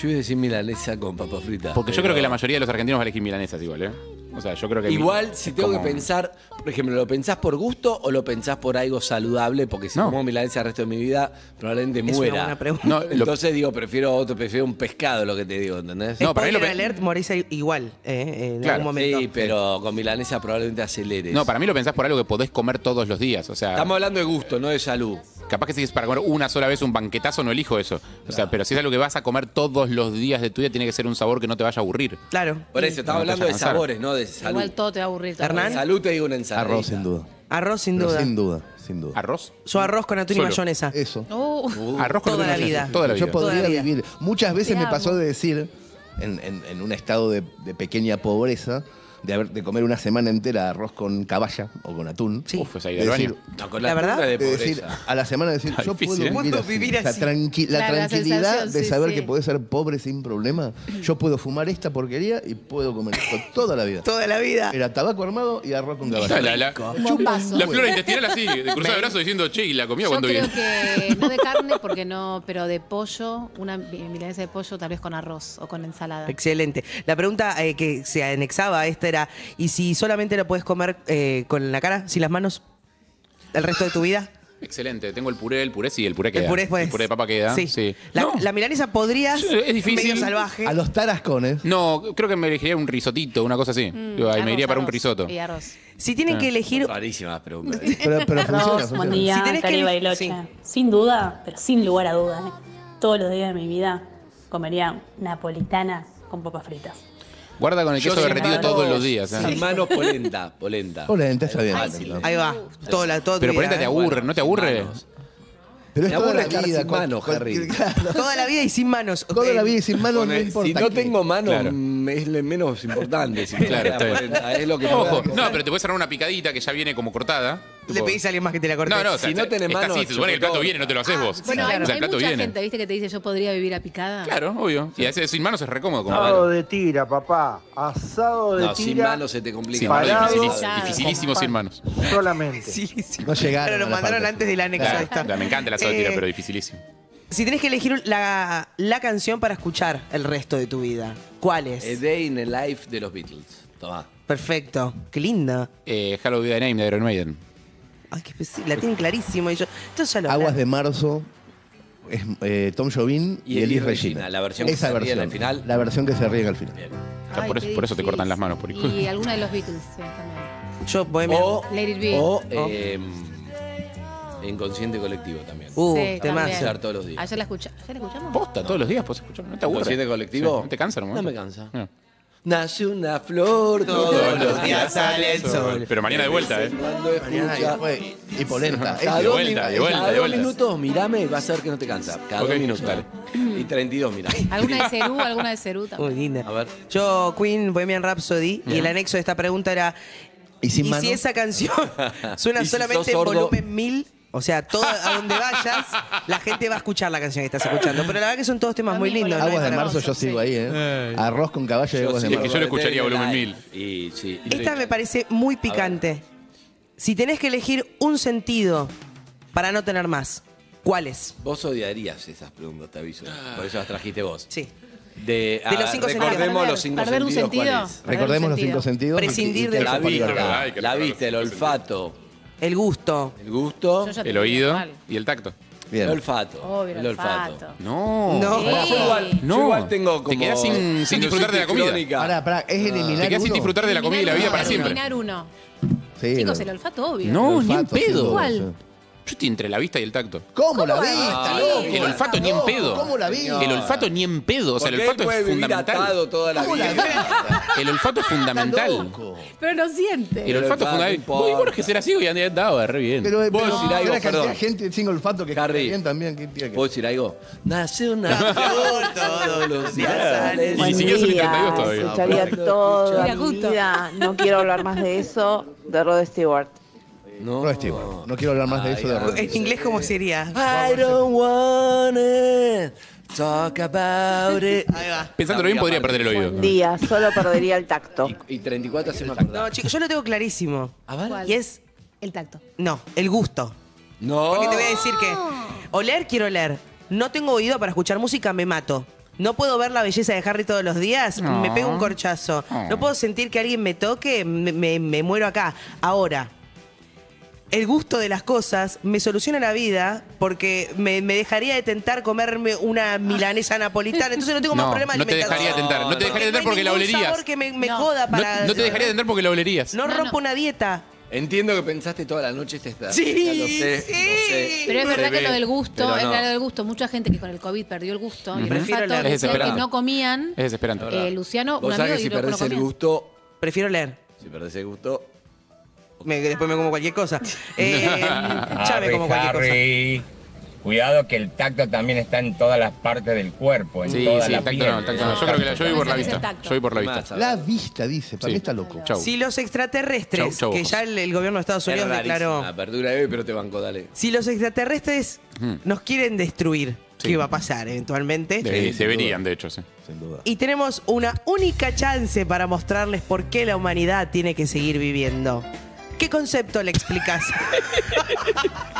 Yo iba a decir milanesa con papa frita. Porque yo pero- creo que la mayoría de los argentinos va a elegir milanesas igual, ¿eh? O sea, yo creo que... Igual, es si tengo como- que pensar, por ejemplo, ¿lo pensás por gusto o lo pensás por algo saludable? Porque si No. como milanesa el resto de mi vida, probablemente Es una muera. buena pregunta. No, lo- Entonces digo, prefiero otro, prefiero un pescado, lo que te digo, ¿entendés? No, para Spoiler mí lo pe- alert, morís igual eh, en Claro. algún momento. sí, pero con milanesa probablemente aceleres. No, para mí lo pensás por algo que podés comer todos los días. O sea, Estamos hablando de gusto, no de salud. capaz que si es para comer una sola vez un banquetazo, no elijo eso. O sea, pero si es algo que vas a comer todos los días de tu vida, tiene que ser un sabor que no te vaya a aburrir. Claro. Por eso, estamos No te hablando de vas a cansar. sabores, no de salud. Igual todo te va a aburrir. todo. Hernán. Salud te digo una ensalada. Arroz, sin duda. Arroz sin Pero duda. Sin Eh, duda, sin duda. ¿Arroz? Yo arroz con atún y Solo. mayonesa. Eso. Oh, Uh, Arroz con Toda la atún y mayonesa. vida. Toda la vida. Yo podría Toda la vida. vivir. Muchas veces Te me amo. pasó de decir, en, en- en un estado de, de pequeña pobreza, de, haber, de comer una semana entera arroz con caballa o con atún. Sí. Uf, esa idea De del decir, baño. No, con La la, verdad, verdad, de de decir, pobreza. a la semana decir, Está yo difícil, ¿eh? puedo vivir Puedo así. vivir O sea, así. tranqui- la Claro, la tranquilidad sensación, de sí, saber sí. que podés ser pobre sin problema. Yo puedo fumar esta porquería y puedo comer esto toda la vida. Toda la vida. Era tabaco armado y arroz con caballa. La, la- un bombazo. la flora intestinal así, de cruzar el brazo diciendo, che, y la comida Yo cuando creo viene. que no de carne, porque no, pero de pollo, una mi- milanesa de pollo tal vez con arroz o con ensalada. Excelente. La pregunta eh, que se anexaba a esta era, ¿y si solamente lo puedes comer eh, con la cara, sin las manos, el resto de tu vida? Excelente, tengo el puré, el puré sí, el puré queda. el puré, pues. de papa queda. Sí. La, no, la milanesa podrías, Sí, es difícil. medio salvaje. A los tarascones. no, creo que me elegiría un risotito, una cosa así. Digo, ay, Mm, Arroz, me iría para un arroz risotto. Y arroz. Si Ah, tienen que elegir... Rarísimas preguntas. Pero, pero funciona, Arroz, funciona. buen día, Si tenés que Cari eleg- Bailocha. sí. Sin duda, pero sin lugar a dudas, ¿eh? todos los días de mi vida comería napolitana con papas fritas. Guarda con el Yo queso sin derretido manos- todos los días. ¿eh? Sin manos, polenta, polenta. Polenta, está bien. Ahí va, toda la, toda tu Pero vida, polenta te ¿eh? aburre, Bueno, ¿no te sin aburre? manos. Pero es Me toda aburre la estar vida. sin con- mano, con- Harry. claro. Toda la vida y sin manos. Toda la Eh, vida y sin manos no Pone- importa. si no qué. tengo manos, Claro. mm, es lo menos importante. Si Claro, la está bien. polenta, es lo que Ojo, pueda. no, pero te puedes cerrar una picadita que ya viene como cortada. Le Tipo- pedís a alguien más que te la corte. No, no, o sea, Si no tenés está manos, así, se supone que el plato chocó. viene, no te lo haces vos. Ah, o sea, Bueno, hay, hay el mucha plato viene. gente, viste, que te dice yo podría vivir a picada. Claro, obvio. Y a veces sin manos es recómodo. Como Asado de tira, papá. Asado de No, sin tira. manos se te complica. Sin manos, Parado. dificilísimo, dificilísimo sin manos. Solamente. Sí, sí. No llegaron Pero a nos la mandaron parte. antes del anexo. Claro, ahí está. claro, me encanta la soda Eh, tira, pero dificilísimo. Si tenés que elegir la, la canción para escuchar el resto de tu vida, ¿cuál es? Eh, A Day in the Life de los Beatles. Tomá. Perfecto. Qué linda. Eh, Hello Be Thy Name de Iron Maiden. Ay, qué especi- La tienen clarísimo. Y yo, esto ya lo Aguas hablamos. de marzo. Es, eh, Tom Jobim y, Y Elis Elis Regina, Regina. la versión Esa que se ríen versión, al final. La versión que se riega al final. Ah, Ay, por, qué eso, por eso te difícil. cortan las manos, por hijo. Y alguna de los Beatles, sí, también. Oh. Oh. Yo, Bohemian. O, eh, Let it be. o Oh. eh, Inconsciente colectivo también. Uh, Sí, temazo. también. Escuchar todos los días. Ayer la, escucha- ¿ayer la escuchamos. Posta, todos los días, pues escuchar. No te aburre. ¿Inconsciente colectivo? Sí, ¿No te cansa, No me cansa. No. Nace una flor todos los días sale el sol. Pero mañana de vuelta, ¿eh? Cuando Mañana y escucha- después, y polenta. Cada de dos vuelta, minu- de vuelta, cada de dos vuelta. minutos, mirame y vas a ver que no te cansa. Cada Ok. dos minutos, dale. Y 32, mirá. Alguna de Cerú, alguna de Cerú también. Uy, linda. A ver. Yo, Queen, Bohemian Rhapsody, y el anexo de esta pregunta era: Y sin ¿Y mano. si esa canción suena ¿Y si solamente sos en sordo? volumen 1000? O sea, todo, a donde vayas, la gente va a escuchar la canción que estás escuchando. Pero la verdad que son todos temas muy lindos. ¿no? Aguas de Para- marzo yo sigo ahí, ¿eh? Arroz con caballo y aguas de sigo- marzo. yo lo escucharía volumen Y sí. y Esta le- me parece muy picante. Si tenés que elegir un sentido para no tener más, ¿cuál es? Vos odiarías esas preguntas, te aviso. Ah. Por eso las trajiste vos. Sí. De, ah, De los cinco recordemos sentidos. los cinco Perder un sentidos. ¿cuál sentido. Recordemos los Sentido. cinco sentidos. y- Prescindir y- y de- es? el La olfato y el olfato. vista, Ay, que la claro, vista, el los cinco olfato, El gusto. el gusto, Yo ya te El lo dije oído mal. y el tacto. el Bien. olfato. Obvio, el olfato. No. No. Sí. Yo igual, No. yo igual tengo como... Te quedás sin- sin disfrutar de la comida. crónica. Pará, pará, es Te eliminar quedas sin uno? disfrutar de la comida y la vida Eliminar para uno, siempre. eliminar uno. Sí, Chicos, no. el olfato, obio. No, El ni en olfato, sin pedo. duda, Igual. sí. Yo estoy entre la vista y el tacto. ¿Cómo la va? vista, Ah, loco? El olfato ni en No, pedo. ¿Cómo la vista? El olfato ni en pedo. O sea, el Porque él olfato puede es vivir fundamental. atado toda la ¿Cómo la vida. vista? El olfato es fundamental. Loco. Pero no siente. El olfato es olfato fundamental. Vos importa. Borges era ciego y Andy andaba re bien. Pero, Vos pero decís algo, la cantidad perdón. de gente sin olfato que está Harry. bien también. ¿qué tiene que- ¿Puedo decir algo? Nace una flor todos los días. sale Y el ni sol. siquiera son ni 32 todavía. Escucharía toda Mira, justo. No quiero hablar más de eso, de Rod Stewart. No, Stewart, no quiero hablar más de eso de Rod. ¿En inglés cómo sería? I don't wanna talk about it. Ahí va. Pensándolo bien, podría perder el oído. Día, solo perdería el tacto. Y 34 se me No, acordaba. chicos, yo lo tengo clarísimo. A ver. ¿Cuál? Y es, El tacto. no, el gusto. No. Porque Oh. te voy a decir que oler quiero oler. No tengo oído para escuchar música, me mato. No puedo ver la belleza de Harry todos los días, me pego un corchazo. No puedo sentir que alguien me toque, me, me- me muero acá. Ahora, el gusto de las cosas me soluciona la vida porque me, me dejaría de tentar comerme una milanesa napolitana. Entonces no tengo más No, problema de no te alimentación. dejaría tentar. No te dejaría no hay tentar porque la ningún olerías. sabor que me, me No. joda No, para... no te dejaría tentar porque la olerías. No rompo una dieta. Entiendo que pensaste toda la noche esta está. Sí, ya lo sé, sí. lo sé. Pero es Se verdad que ve, lo del gusto, pero es no. verdad lo del gusto. Mucha gente que con el COVID perdió el gusto y el Ujú. Prefiero olfato la- decía Es desesperado. que no comían. Es desesperante. Eh, Luciano, un Vos sabés amigo que si y no- no perdés el comían. gusto, Prefiero leer. si perdés el gusto, Me- después me como cualquier cosa. Eh, ya me como cualquier cosa. Cuidado que el tacto también está en todas las partes del cuerpo. Sí, sí, el tacto no, el tacto no. Yo creo que la- yo voy por la vista. Yo voy por la Más, vista. a ver. La vista, dice, para Sí. mí está loco. Chau. Si los extraterrestres, Chau, chau, que ojos. ya el, el gobierno de Estados Es Unidos declaró, rarísima. Apertura de hoy, pero te banco, dale. si los extraterrestres nos quieren destruir, Hmm. Sí. ¿qué va a pasar eventualmente? Sí, deberían, de hecho, sí. Sin duda. Y tenemos una única chance para mostrarles por qué la humanidad tiene que seguir viviendo. ¿Qué concepto le explicas?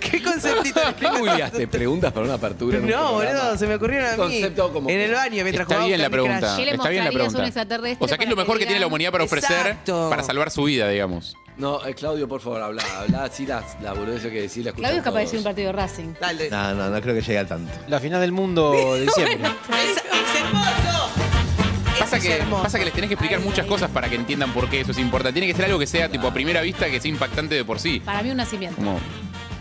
¿Qué conceptito le ¿Qué explicas? googleaste? ¿Preguntas para una apertura? en un No, programa? boludo, se me ocurrieron a mí. Concepto como en que- el baño mientras Está jugaba bien la Candy Crush. pregunta. ¿Qué le Está bien la mostrarías a un pregunta. extraterrestre O sea, ¿qué es para lo que mejor que digan? tiene la humanidad para ofrecer Exacto. para salvar su vida, digamos? No, eh, Claudio, por favor, habla, habla así las la boludez que decís, la escuchan Claudio es capaz de decir un todos. partido de Racing. Dale. No, no, no creo que llegue al tanto. La final del mundo de diciembre. Es, es hermoso. Pasa Eso que, es hermoso. pasa que les tenés que explicar muchas cosas para que entiendan por qué eso es importante. Tiene que ser algo que sea, tipo, a primera vista, que sea impactante de por sí. Para mí un nacimiento. Como,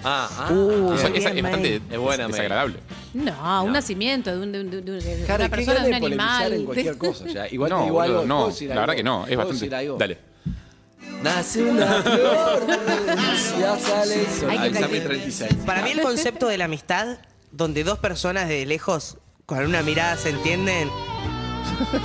Ah, ah. Uh, esa- bien, esa es bastante May. Es buena, May. desagradable. No, un nacimiento de, un- de un- de un- de Harry, una qué persona, ganas de un de polemizar animal. en cualquier cosa. ya. Igual no, te digo algo, boludo, ¿puedo no, decir la algo? verdad que no, es ¿Puedo bastante. decir algo? Dale. Nace una flor, ya sale el sol. Hay que Ahí está mi practicar. 36. Para mí el concepto de la amistad, donde dos personas de lejos con una mirada se entienden,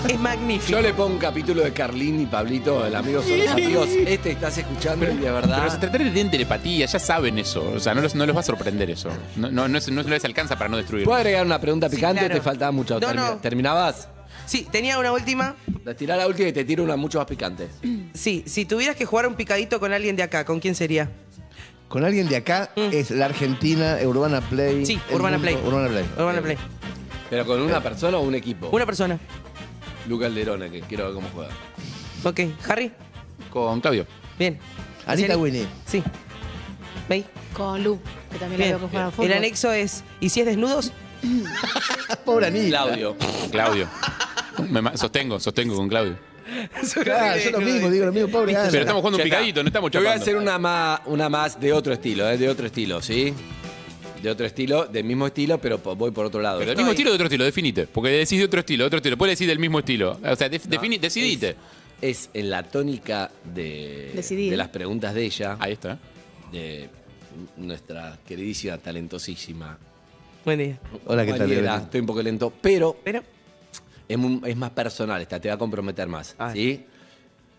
es magnífico. Yo le pongo un capítulo de Carlín y Pablito, el amigo son los amigos. Este estás escuchando y de Pero los verdad. extraterrestres tienen telepatía, ya saben eso. O sea, no los, no los va a sorprender eso. No, no, no, es- no les alcanza para no destruir. ¿Puedo agregar una pregunta Sí, picante? claro. Te faltaba mucho. No, Termi- no. ¿Terminabas? Sí, tenía una última. Tirá la última y te tiro una mucho más picante. Sí, si tuvieras que jugar un picadito con alguien de acá, ¿con quién sería? Con alguien de acá es la Argentina, Urbana Play. Sí, el Urbana mundo- Play. Urbana Play. Eh, Urbana Play. ¿Pero con una persona o un equipo? Una persona. Luca Alderone, que quiero ver cómo juega. Ok, Harry. Con Claudio. Bien. Anita Araceli. Winnie. Sí. ¿Veis? Con Lu, que también la Bien. veo que juega al fútbol. El anexo es, ¿y si es desnudos? Ah, Pobre Anita. Claudio. Claudio. Me ma- sostengo, sostengo con Claudio. Es un Claro, yo lo ridículo, mismo, digo lo mismo, pobre Ana. Pero estamos jugando un Ya está. picadito, no estamos Yo voy a hacer chapando. una más, una más de otro estilo, eh, de otro estilo, ¿sí? De otro estilo, del mismo estilo, pero po- voy por otro lado. Pero del mismo estilo de otro estilo, definite. Porque decís de otro estilo, otro estilo. Puedes decir del mismo estilo. O sea, def- defini- decidite. Es en la tónica de, Decidir. de las preguntas de ella, Ahí está. de nuestra queridísima, talentosísima. Buen día. Hola, ¿qué tal, compañera. Violeta? Estoy un poco lento, pero Pero, es, mu- es más personal esta, te va a comprometer más, Ah. ¿sí?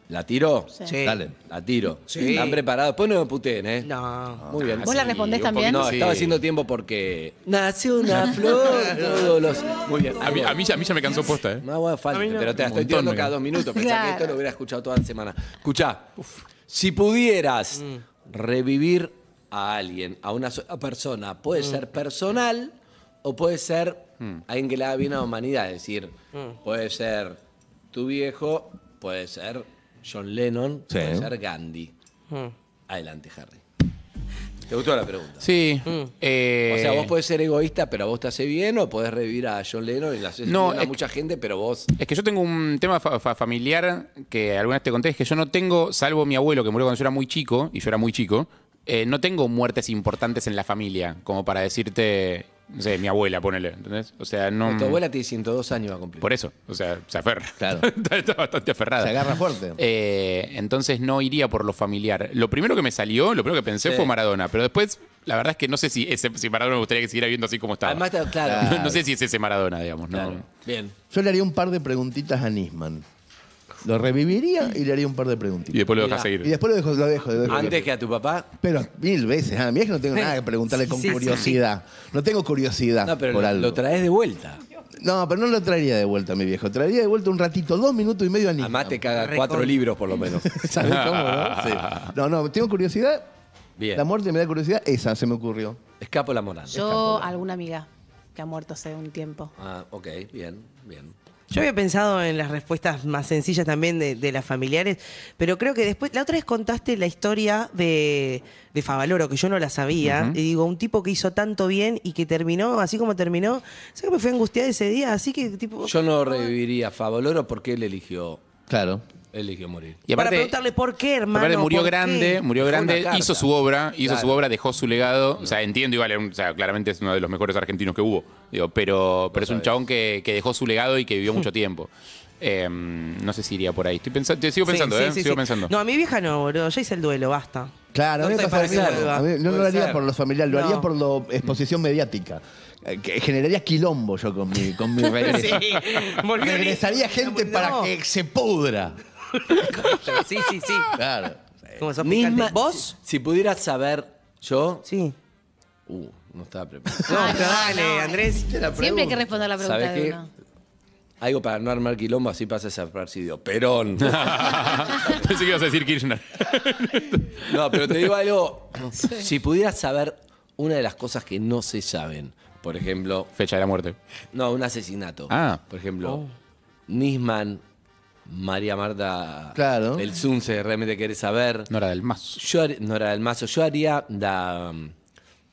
¿La tiro? Sí. Dale, la tiro. Sí. ¿Están preparados? Después no me puteen, ¿eh? no. Muy bien. ¿Vos la respondés un poquito, también? No, sí. estaba haciendo tiempo porque. Nació una flor todos los. Muy bien. A mí, a mí ya, a mí ya me cansó posta, ¿eh? No hago falta, A mí no. pero te la Un estoy montón tirando me cada cansó. dos minutos. Pensá que Claro. esto lo hubiera escuchado toda la semana. Escuchá, si pudieras Mm. revivir a alguien, a una sola persona, puede Mm. ser personal o puede ser Mm. alguien que le haga bien a la humanidad. Es decir, Mm. puede ser tu viejo, puede ser John Lennon, Sí. puede ser Gandhi. Mm. Adelante, Harry. ¿Te gustó la pregunta? Sí. eh, Mm. O sea, vos podés ser egoísta, pero a vos te hace bien, o podés revivir a John Lennon y le haces No, bien a es- mucha gente, pero vos. Es que yo tengo un tema fa- fa- familiar que alguna vez te conté, es que yo no tengo, salvo mi abuelo que murió cuando yo era muy chico, y yo era muy chico, eh, no tengo muertes importantes en la familia, como para decirte, no sé, mi abuela, ponele, ¿entendés? O sea, no... Tu abuela tiene 102 años va a cumplir. Por eso, o sea, se aferra. Claro. está, está bastante aferrada. Se agarra fuerte. Eh, entonces no iría por lo familiar. Lo primero que me salió, lo primero que pensé Sí. fue Maradona, pero después, la verdad es que no sé si ese si Maradona me gustaría que siguiera viendo así como estaba. Además, está- claro. no, no sé si es ese Maradona, digamos, ¿no? Claro. Bien. Yo le haría un par de preguntitas a Nisman. Lo reviviría y le haría un par de Y preguntitas. después lo Mirá. dejas seguir. Y después lo dejo, lo dejo, lo dejo. Antes que a tu papá. Pero mil veces, a mí es que no tengo nada que preguntarle con Sí, sí, curiosidad. No tengo Ah, curiosidad No, pero por lo, algo. lo traes de vuelta. no, pero no lo traería de vuelta, mi viejo. Traería de vuelta un ratito, dos minutos y medio a Nisman. Además te caga Recon- cuatro libros por lo menos. ¿Sabés cómo, no? Sí. No, no, tengo curiosidad. Bien. La muerte me da curiosidad. Esa se me ocurrió. Escapo la moral. Yo, alguna amiga que ha muerto hace un tiempo. Ah, ok, bien, bien. Yo había pensado en las respuestas más sencillas también de, de las familiares, pero creo que después, la otra vez contaste la historia de, de Favaloro, que yo no la sabía, y digo, un tipo que hizo tanto bien y que terminó así como terminó, sé que me fui angustiada ese día, así que tipo... Yo no reviviría a Favoloro porque él eligió, Claro. él eligió morir. Y para aparte- preguntarle por qué, hermano. Aparte murió ¿por qué? grande, murió Fue una grande, carta. hizo su obra, hizo Claro. su obra, dejó su legado. O sea, entiendo, y vale, un- o sea, claramente es uno de los mejores argentinos que hubo. Digo, pero, pero es un chabón que, que dejó su legado y que vivió mucho tiempo. Eh, no sé si iría por ahí. Estoy pensando, te sigo Sí, pensando, sí, ¿eh? sí, sigo sí. pensando. No, a mi vieja no, boludo, ya hice el duelo, basta. Claro, a mí No me te pasa lo parece mismo. algo. A mí- no lo Puede haría ser. por lo familiar, lo No. haría por la exposición mediática. Eh, que generaría quilombo yo con mi, con mi regreso. volvió Regresaría Nico. gente No, para no. que se pudra. Sí, sí, sí. Claro. Como sos Misma- picante. ¿Vos? Si, si pudieras saber, yo. Sí. Uh, no estaba preparado. No, dale, Eh, Andrés. Siempre hay que responder la pregunta ¿Sabés de qué? uno. Algo para no armar quilombo, así pasa desapercibido. Perón. Pensé que ibas a decir Kirchner. No, pero te digo algo. Si pudieras saber una de las cosas que no se saben, por ejemplo, Fecha de la muerte. no, un asesinato. Ah. Por ejemplo, Nisman, María Marta Claro. del Sunce, realmente querés saber. Nora del Mazo. Yo har- Nora del Mazo, yo haría la,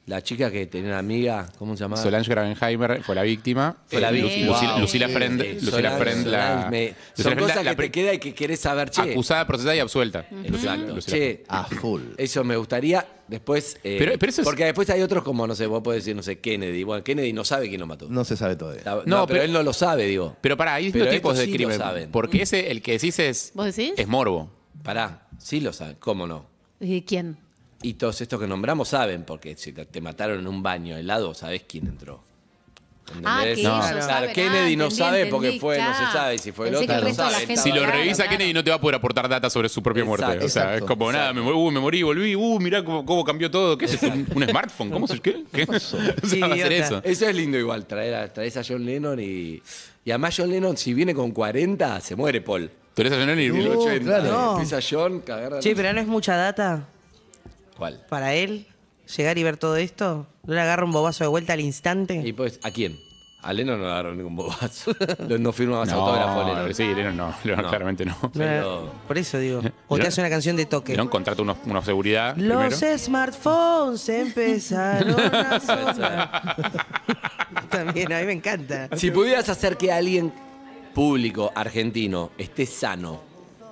la chica que tenía una amiga, ¿cómo se llamaba? Solange Gravenheimer fue la víctima. Fue la Eh, Lu- víctima. Lucila, Wow. Lucila Friend, Eh, Lucila Solange, Friend la- Solange, me- Lucila son Friend, cosas la- la que pri- te queda y que querés saber, che. Acusada, procesada y absuelta. Lucila- Exacto. Lucila Friend. Che, A full. Eso me gustaría. Después. eh, Pero- pero eso es- Porque después hay otros como, no sé, vos podés decir, no sé, Kennedy. Bueno, Kennedy no sabe quién lo mató. No se sabe todavía. La- no, No, pero, pero- él no lo sabe, digo. Pero pará, hay Pero distintos tipos estos de sí lo crimen. saben. Porque ese, el que decís es. ¿Vos decís? Es morbo. Pará, sí lo sabe, ¿cómo no? ¿Y quién? Y todos estos que nombramos saben, porque si te te mataron en un baño helado, sabés quién entró. Ah, que ¿Entendés? ellos Claro, saben. Kennedy Ah, no entendí, sabe porque entendí, fue, no se claro. sabe si fue el Pensé otro, que el no resto de la sabe. gente Eh, Si lo Claro, revisa claro. Kennedy no te va a poder aportar data sobre su propia Exacto, muerte. O sea, exacto, es como nada, me, uy, me morí, volví, uh, mirá cómo, cómo cambió todo. ¿Qué es esto? ¿Un, un smartphone? ¿Cómo se qué? ¿Qué? O sea, Sí, va a hacer idiota. eso. Eso es lindo igual, traer a, traes a John Lennon y. Y además John Lennon, si viene con 40, se muere Paul. Tú eres a Lionel y- No, claro. No. Eh, Empieza John, cagar a- Che, pero no es mucha data ¿Cuál? para él llegar y ver todo esto. ¿No le agarra un bobazo de vuelta al Y instante? pues, ¿a quién? A Lennon no le agarró ningún bobazo. No, no firma más No, autógrafo Lennon. sí, Lennon no, Lennon claramente no. No le- pero- Por eso digo. ¿Eh? O te hace una canción de toque. Lennon contrata unos, unos seguridad Los primero. smartphones empezaron a sonar. También, a mí me encanta. Si pudieras hacer que alguien público argentino esté sano,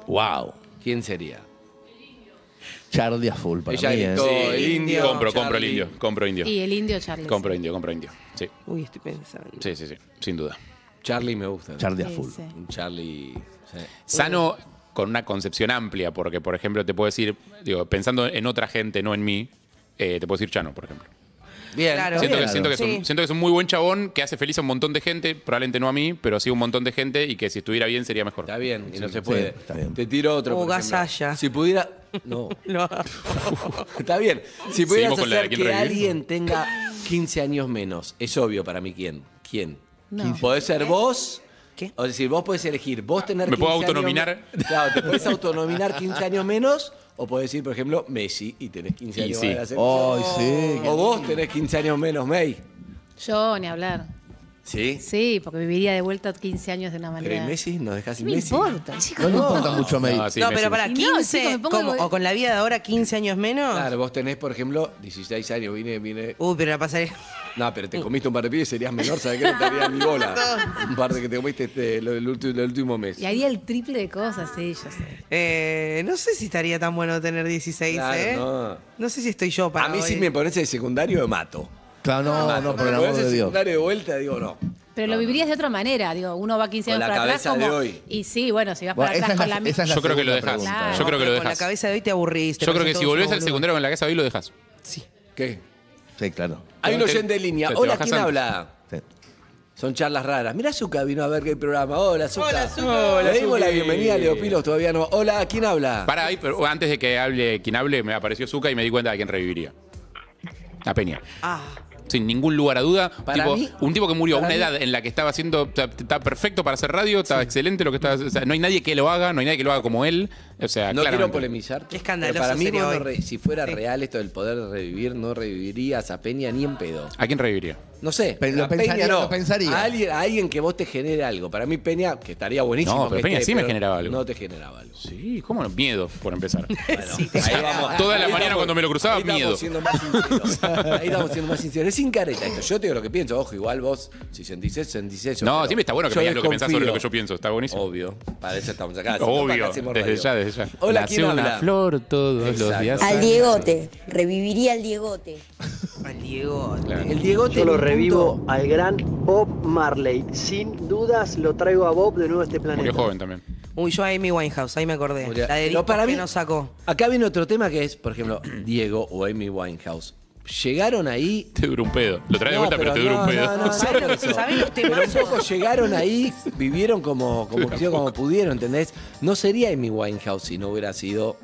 wow. ¿quién sería? Charlie a full para Ella mí, gritó, ¿eh? el indio. Compro, compro el Charlie. indio. Compro indio. Y el indio Charles. Compro indio, compro indio. Sí. Uy, estoy pensando. Sí, sí, sí. Sin duda. Charlie me gusta. Charlie a Sí, full. sí. Un Charlie. sí. Sano con una concepción amplia, porque, por ejemplo, te puedo decir, digo, pensando en otra gente, no en mí, eh, te puedo decir Chano, por ejemplo. Bien. Claro. Siento que, Claro. siento que es Sí. un, siento que es un muy buen chabón que hace feliz a un montón de gente, probablemente no a mí, pero sí a un montón de gente y que si estuviera bien sería mejor. Está bien, y no se sí, puede. está bien. Te tiro otro. O por ejemplo. Gasalla. Si pudiera. No. No. Está bien. Si pudieras Seguimos con la de hacer que quién revivir. alguien tenga 15 años menos, es obvio para mí quién. ¿Quién? No. ¿Eh? 15. Podés ser vos. ¿Qué? O decir, vos podés elegir, vos tener ¿Me puedo 15 años autonominar? me- claro, te podés autonominar 15 años menos. O podés decir, por ejemplo, Messi y tenés 15 Y años sí. más de la selección. Ay, sí. O vos tenés 15 años menos, May. Yo, ni hablar. Sí. Sí, porque viviría de vuelta 15 años de una Pero ¿y manera. Messi nos dejás No sin me Messi. importa, chicos. No le importa mucho a May. No, sí, no, me- pero sí. para Y no, 15, chicos, me pongo ¿cómo? el- ¿O con la vida de ahora 15 años menos? Claro, vos tenés, por ejemplo, 16 años, vine, vine. Uy, pero la pasaré. No, pero Mm. te comiste un par de pibes y serías menor, ¿sabes qué? No te harías ni bola. Un par de que te comiste este, lo del último, lo del último mes. Y haría el triple de cosas, sí, yo sé. Eh, no sé si estaría tan bueno tener 16, Claro, ¿eh? no. No sé si estoy yo para A mí hoy. si me pones de secundario, me mato. Claro, Me no, mato. no, por el Me amor pones de Dios. secundario de vuelta, digo, no. Pero lo vivirías de otra manera, digo, uno va 15 Con años la para atrás cabeza de como... hoy. Y sí, bueno, si vas Bueno, para atrás con la misma... esa es la Yo creo que lo segunda dejas. pregunta. Claro. Yo creo que lo Con la dejas. cabeza de hoy te aburriste. Yo creo que si volvés al secundario secundario con la casa de hoy lo dejas. Sí. ¿Qué? Sí, claro. Hay un Te- oyente en línea. te- te Hola, bajás ¿quién antes. habla? Sí. Son charlas raras. Mirá, Zuka vino a ver qué programa. Hola, Zuka. Hola, Zuka. Le dimos Zuki. la bienvenida a Leopilos, todavía no. Hola, ¿quién habla? Para ahí, pero antes de que hable quien hable, me apareció Zuka y me di cuenta de quién reviviría. A Peña. Ah, Sin ningún lugar a duda. Para Tipo, mí- un tipo que murió a para una mí- edad en la que estaba haciendo. o sea, Está perfecto para hacer radio, está excelente lo que está. o sea, no hay nadie que lo haga, no hay nadie que lo haga como él. O sea, No quiero claramente. polemizar. Qué escandaloso pero Para mí, sería vos no hoy. re- si fuera Sí. real esto del poder de revivir, no revivirías a Peña ni en pedo. ¿A quién reviviría? No sé. Pero lo a pensaría, Peña no. lo pensaría. A alguien, a alguien que vos te genere algo. Para mí, Peña, que estaría buenísimo. No, pero que Peña esté, sí me pero generaba algo. No te generaba algo. Sí, ¿cómo no? Miedo, por empezar. Ahí vamos. Toda la Ahí mañana estamos- cuando me lo cruzaba, ahí miedo. Estamos siendo más sinceros. Ahí estamos siendo más sinceros. Es sin careta esto. Yo te digo lo que pienso. Ojo, igual vos, si sentís eso, sentís eso. No, pero siempre está bueno que yo me digas lo que desconfío. pensás sobre lo que yo pienso. Está buenísimo. Obvio. Para eso estamos acá. Si no, para acá Obvio. hacemos Desde radio. ya, desde ya. Hola, Nació ¿quién una habla? flor todos los Exacto. días. Al Diegote, reviviría al Diegote. al Diego. Claro. El Diegote. Yo en lo un revivo punto- al gran Bob Marley. Sin dudas lo traigo a Bob de nuevo a este Murió planeta. joven también. Uy, yo a Amy Winehouse, ahí me acordé. Julia. La de No, para mí- que nos sacó. Acá viene otro tema que es, por ejemplo, Diego o Amy Winehouse. Llegaron ahí. Te dura un pedo. Lo traes de No, vuelta, pero, te dura no, un pedo. no, no, no, ¿Sabés lo- eso. sabés los Pero un temazos? poco llegaron ahí, vivieron como, como, quisieron, como pudieron, ¿entendés? No sería Amy Winehouse si no hubiera sido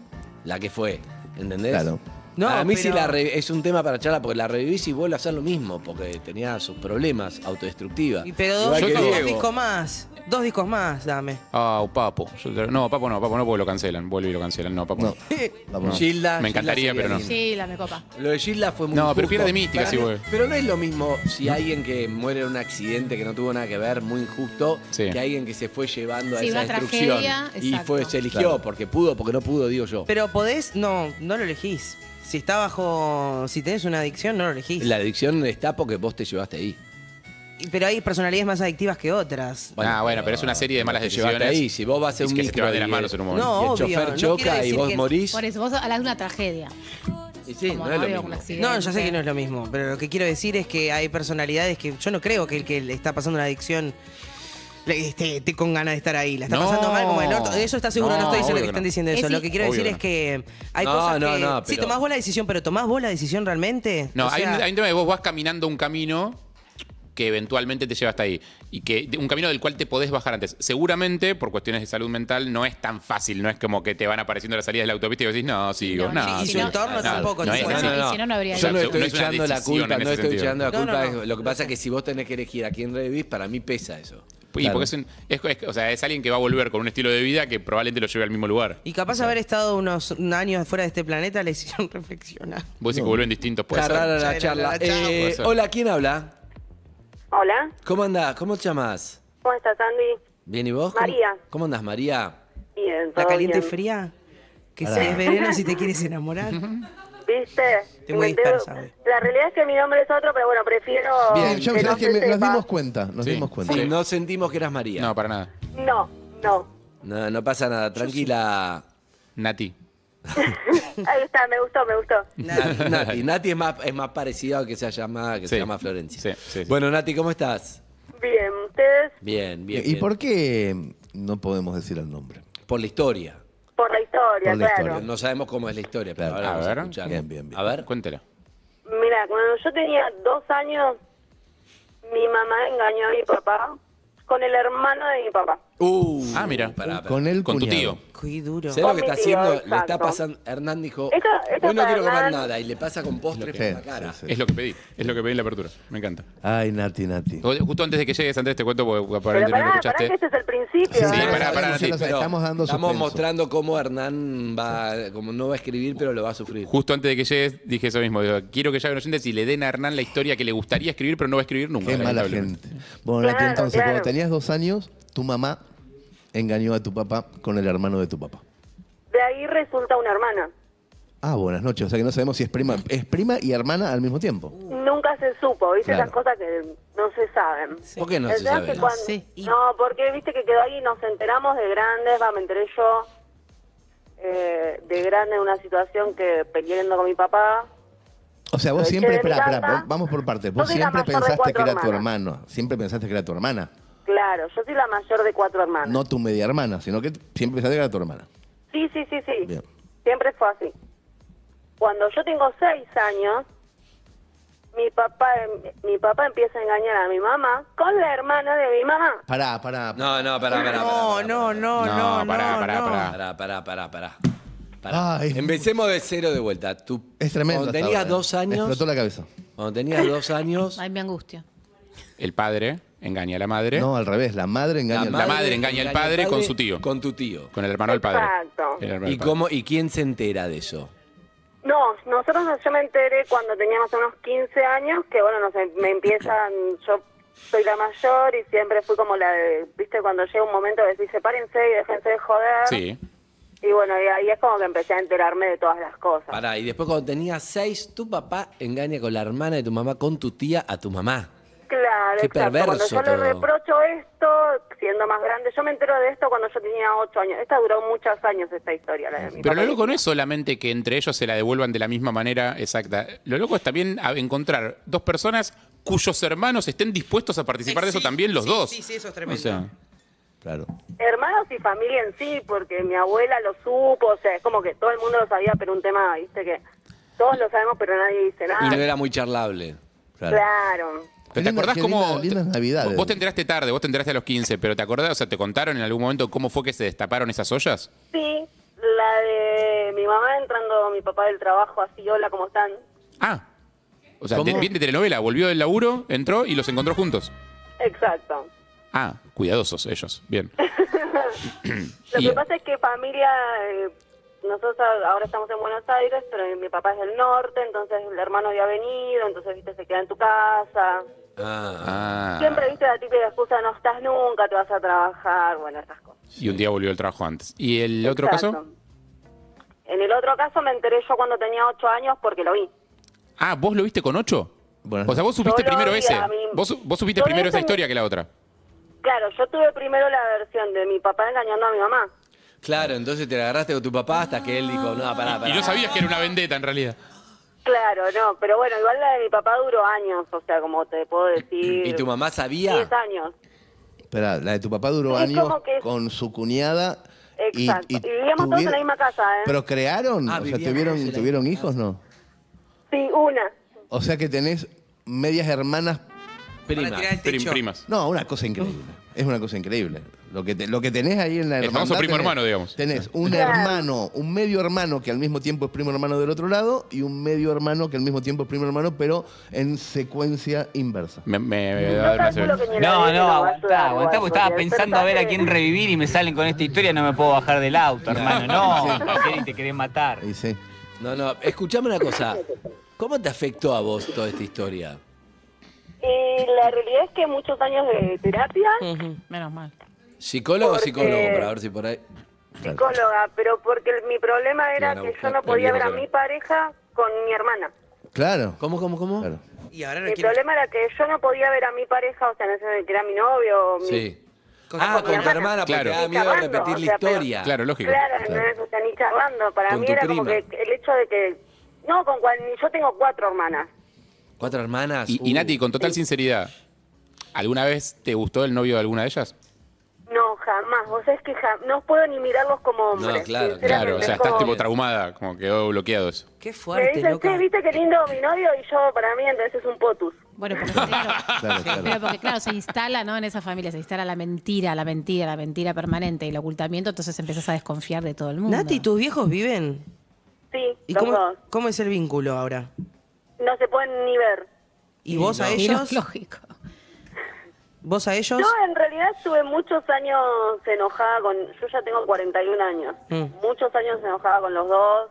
la que fue, ¿entendés? Claro. No, Para a mí pero- sí la re- es un tema para charla porque la revivís y vuelve a hacer lo mismo, porque tenía sus problemas autodestructiva. Y pero dos, Igual que dos Diego. discos más. Dos discos más, dame. Ah, papo. Yo te- No, papo no, papo no, porque lo cancelan. Vuelve y lo cancelan. No, papo no. No. Vamos. Gilda, Me encantaría, Gilda pero no. sería Sí, la me copa. Lo de Gilda fue muy No, pero injusto. pierde mística, Para sí, mí- güey. Pero no es lo mismo si alguien que muere en un accidente que no tuvo nada que ver, muy injusto, Sí. que alguien que se fue llevando a Sí, esa una destrucción. tragedia, y exacto. fue, se eligió Claro. porque pudo, porque no pudo, digo yo. Pero podés, no, no lo elegís. Si está bajo, si tenés una adicción, no lo elegís. la adicción está porque vos te llevaste ahí. Y- Pero hay personalidades más adictivas que otras. ah, bueno, pero es una serie de malas te llevaste decisiones. ahí, si vos vas a y un que se te micro van de y las manos en un momento. No, y el obvio, chofer no choca quiere y decir vos que- morís. Por eso, vos hablas de una tragedia. y sí, como no es lo había un mismo. accidente. No, ya sé que no es lo mismo, pero lo que quiero decir es que hay personalidades que yo no creo que el que le está pasando una adicción le- esté, esté con ganas de estar ahí. La está No. pasando mal como el orto. De eso está seguro, no, No, estoy diciendo obvio que que están no. diciendo Es eso. sí. Lo que quiero Obvio decir es que hay No, cosas no, que... no, Sí, pero- tomás vos la decisión, pero ¿tomás vos la decisión realmente? No, O hay, un- sea, hay un tema de vos vas caminando un camino que eventualmente te lleva hasta ahí. Y que un camino del cual te podés bajar antes. Seguramente, por cuestiones de salud mental, no es tan fácil. No es como que te van apareciendo las salidas de la autopista y vos decís, no, sigo, No, no. sí, y su sigo, entorno no, tampoco No, te es puede- así. no, no, no. no habría Yo no ido. estoy No es una echando la decisión culpa, en no ese estoy sentido. echando la No, no, culpa. no. Lo que pasa es que si vos tenés que elegir a quién revivís, para mí pesa eso. Y porque es, un- es- es- o sea, es alguien que va a volver con un estilo de vida que probablemente lo lleve al mismo lugar. Y capaz de haber estado unos años fuera de este planeta le hicieron reflexionar. Vos decís que vuelven distintos, puede Está ser. rara la Chao, charla. chao, chao. Eh, Puede ser. hola, ¿quién habla? Hola, ¿Cómo andás? ¿Cómo te llamas? ¿cómo estás, Andy? ¿Bien y vos? ¿Cómo- María. ¿Cómo andás, María? Bien, todo La caliente y bien. fría, que Pará. si es verano si te quieres enamorar. ¿Viste? Estoy muy Inventé- dispersa hoy. La realidad es que mi nombre es otro, pero bueno, prefiero... Bien, ya que sabés no que se me- nos sepa. dimos cuenta, nos Sí. dimos cuenta. No sentimos que eras María. No, para nada. No, no. No, no pasa nada, tranquila. Nati. Ahí está, me gustó, me gustó. Nati, Nati, Nati es más, es más parecido a que se llama, que se llama Florencia. Bueno, Nati, ¿cómo estás? Bien, ustedes Bien, bien. ¿Y bien. por qué no podemos decir el nombre? Por la historia. por la historia, Por la claro. historia. No sabemos cómo es la historia, pero ahora A vamos ver. a escuchar. Bien, A ver, cuéntela. Mira, cuando yo tenía dos años, mi mamá engañó a mi papá con el hermano de mi papá. Uh, ah, mira. con el Con tu cuñado. tío. Qué duro. ¿Sabes lo que Con está mi tío, haciendo? Le está exacto. pasando. Hernán dijo: Esto- esto Hoy no para quiero comer Hernán. nada. Y le pasa con postres por la cara. Es lo que pedí. Es lo que pedí en la apertura. Me encanta. Ay, Nati, Nati. O- Justo antes de que llegues, Andrés, te cuento porque Pero aparentemente no pará, lo pará, escuchaste. que este es el principio. Sí, ¿eh? pará, pará, Nati. Nosotros estamos dando Estamos suspenso. mostrando cómo Hernán va, como no va a escribir, pero lo va a sufrir. Justo antes de que llegues, dije eso mismo. digo, quiero que lleguen oyentes y le den a Hernán la historia que le gustaría escribir, pero no va a escribir nunca. Qué mala lamentablemente. gente. Bueno, Nati, Claro, entonces, claro. cuando tenías dos años, tu mamá engañó a tu papá con el hermano de tu papá. De ahí resulta una hermana. Ah, buenas noches. O sea que no sabemos si es prima. Es prima y hermana al mismo tiempo. Mm. Nunca se supo, ¿viste? Claro. Esas cosas que no se saben. ¿Por qué no El se tema es sabe? que cuando- No, porque viste que quedó ahí, nos enteramos de grandes, va, me enteré yo eh, de grande en una situación que peleando con mi papá. O sea, vos Soy siempre, de mi pará, pará, casa. vos- vamos por partes. Yo Vos soy la siempre mayor de pensaste que cuatro era tu hermanas. hermano. Siempre pensaste que era tu hermana. Claro, yo soy la mayor de cuatro hermanas. No tu media hermana, sino que siempre pensaste que era tu hermana. Sí, sí, sí, sí. Bien. Siempre fue así. Cuando yo tengo seis años, mi papá, mi papá empieza a engañar a mi mamá con la hermana de mi mamá. Pará, pará. No, no, pará, pará. No, no, no, no, no. pará, pará, no. pará. Pará, pará, pará, pará. Ay, es- Empecemos de cero de vuelta. Tú, Es tremendo. Cuando hasta tenías ahora, ¿eh? dos Me años. explotó la cabeza. Cuando tenías dos años. Ay, mi angustia. El padre engaña a la ¿eh? madre. No, al revés. La madre engaña al madre engaña al padre con su tío. Con tu tío. Con el hermano del padre. Exacto. El hermano ¿Y, del padre. cómo, ¿Y quién se entera de eso? No, nosotros, no- yo me enteré cuando tenía más o menos 15 años, que bueno, no sé, me empiezan, yo soy la mayor y siempre fui como la de, viste, cuando llega un momento que decís, sepárense y déjense de joder. Sí. Y bueno, y ahí es como que empecé a enterarme de todas las cosas. Pará, y después cuando tenías seis, tu papá engaña con la hermana de tu mamá, con tu tía, a tu mamá. Claro, Qué exacto. Cuando perverso yo todo. le reprocho esto, siendo más grande, yo me entero de esto cuando yo tenía 8 años. Esta duró muchos años, esta historia, la de mi Pero papá. lo loco no es solamente que entre ellos se la devuelvan de la misma manera exacta. Lo loco es también a- encontrar dos personas cuyos hermanos estén dispuestos a participar de eso Sí, también los sí, dos. Sí, sí, eso es O tremendo. sea, Claro. Hermanos y familia en sí, porque mi abuela lo supo, o sea, es como que todo el mundo lo sabía, pero un tema, viste, que todos lo sabemos, pero nadie dice Y no nada. era muy charlable. Claro. Claro. ¿Pero Qué ¿Te linda- acordás qué cómo.? linda- lindas navidades. Vos te enteraste tarde, vos te enteraste a los 15, pero ¿te acordás? O sea, ¿te contaron en algún momento cómo fue que se destaparon esas ollas? Sí, la de mi mamá entrando, mi papá del trabajo, así, hola, ¿cómo están? Ah. O sea, ¿Cómo? te- bien de telenovela, volvió del laburo, entró y los encontró juntos. Exacto. Ah, cuidadosos ellos. Bien. Lo Y- que pasa es que familia, eh, nosotros a- ahora estamos en Buenos Aires, pero mi papá es del norte, entonces el hermano había venido, entonces, viste, se queda en tu casa. Ah. Ah, Siempre, viste, la típica excusa, no estás nunca, te vas a trabajar, bueno, estas cosas. Y un día volvió el trabajo antes. ¿Y el otro Exacto. caso? En el otro caso me enteré yo cuando tenía ocho años porque lo vi. Ah, ¿vos lo viste con ocho? Buenas O sea, vos supiste Yo lo primero vi ese. a mí. Vos, su- vos supiste Yo primero de esa ese- historia que la otra. Claro, yo tuve primero la versión de mi papá engañando a mi mamá. Claro, entonces te la agarraste con tu papá hasta que él dijo, no, pará, pará. Y no sabías que era una vendetta en realidad. Claro, no, pero bueno, igual la de mi papá duró años, o sea, como te puedo decir. ¿Y tu mamá sabía? Diez años. Esperá, la de tu papá duró Es años como que- con su cuñada. y- Exacto. Y, Y, vivíamos todos en la tuvier- misma casa, ¿eh? ¿Procrearon? Ah, o sea, vivían todos en ¿tuvieron, la ¿tuvieron hijos, no? Sí, una. O sea que tenés medias hermanas. Para Este tirar el Prim- techo. primas. No, una cosa increíble. Es una cosa increíble. Lo que, te- lo que tenés ahí en la El hermandad... famoso primo tenés- hermano, digamos. Tenés un Claro. hermano, un medio hermano que al mismo tiempo es primo hermano del otro lado y un medio hermano que al mismo tiempo es primo hermano, pero en secuencia inversa. Me, me- me va a Yo dar una calculo que ni la No, ley no, nos va a aguantá, ayudar, aguantá, igual, porque estaba porque el pensando a ver a personaje- quién revivir y me salen con esta historia, no me puedo bajar del auto, hermano. No, Marcelín, te querés matar. Y sí. No, no, escuchame una cosa. ¿Cómo te afectó a vos toda esta historia? Y la realidad es que muchos años de terapia, Menos mal. ¿Psicólogo o Porque- psicólogo? Para ver si por ahí. psicóloga, pero porque el- mi problema era Claro, que yo buscar- no podía el ver a libro, mi pareja con mi hermana. Claro. ¿Cómo, cómo, cómo? claro. Y ahora no El quiero. problema era que yo no podía ver a mi pareja, o sea, en ese que era mi novio, o mi- Sí. con- ah, con tu hermana, porque Claro. te da miedo Charlando, repetir o la sea, pero- historia. Claro, lógico. Claro, no o sea, ni charlando. Para Con mí tu era como prima. que el hecho de que. No, con cual, yo tengo cuatro hermanas. Cuatro hermanas. Y, y Nati, con total sinceridad, ¿alguna vez te gustó el novio de alguna de ellas? No, jamás. Vos sabés que jam- no puedo ni mirarlos como hombres. sinceramente, Claro, o sea, es estás como- tipo traumada, como quedó bloqueado eso. Qué Me dicen, che, viste qué lindo mi novio y yo, para mí, entonces es un potus. Bueno, porque claro, Claro, claro. pero porque, claro, se instala, ¿no? En esa familia se instala la mentira, la mentira, la mentira permanente y el ocultamiento, entonces empezás a desconfiar de todo el mundo. Nati, ¿tus viejos viven? Sí, ¿Y los cómo, dos. cómo es el vínculo ahora? No se pueden ni ver. ¿Y vos a Sí, no, ellos? lógico. ¿Vos a ellos? No, en realidad estuve muchos años enojada con... Yo ya tengo 41 años. Mm. Muchos años enojada con los dos.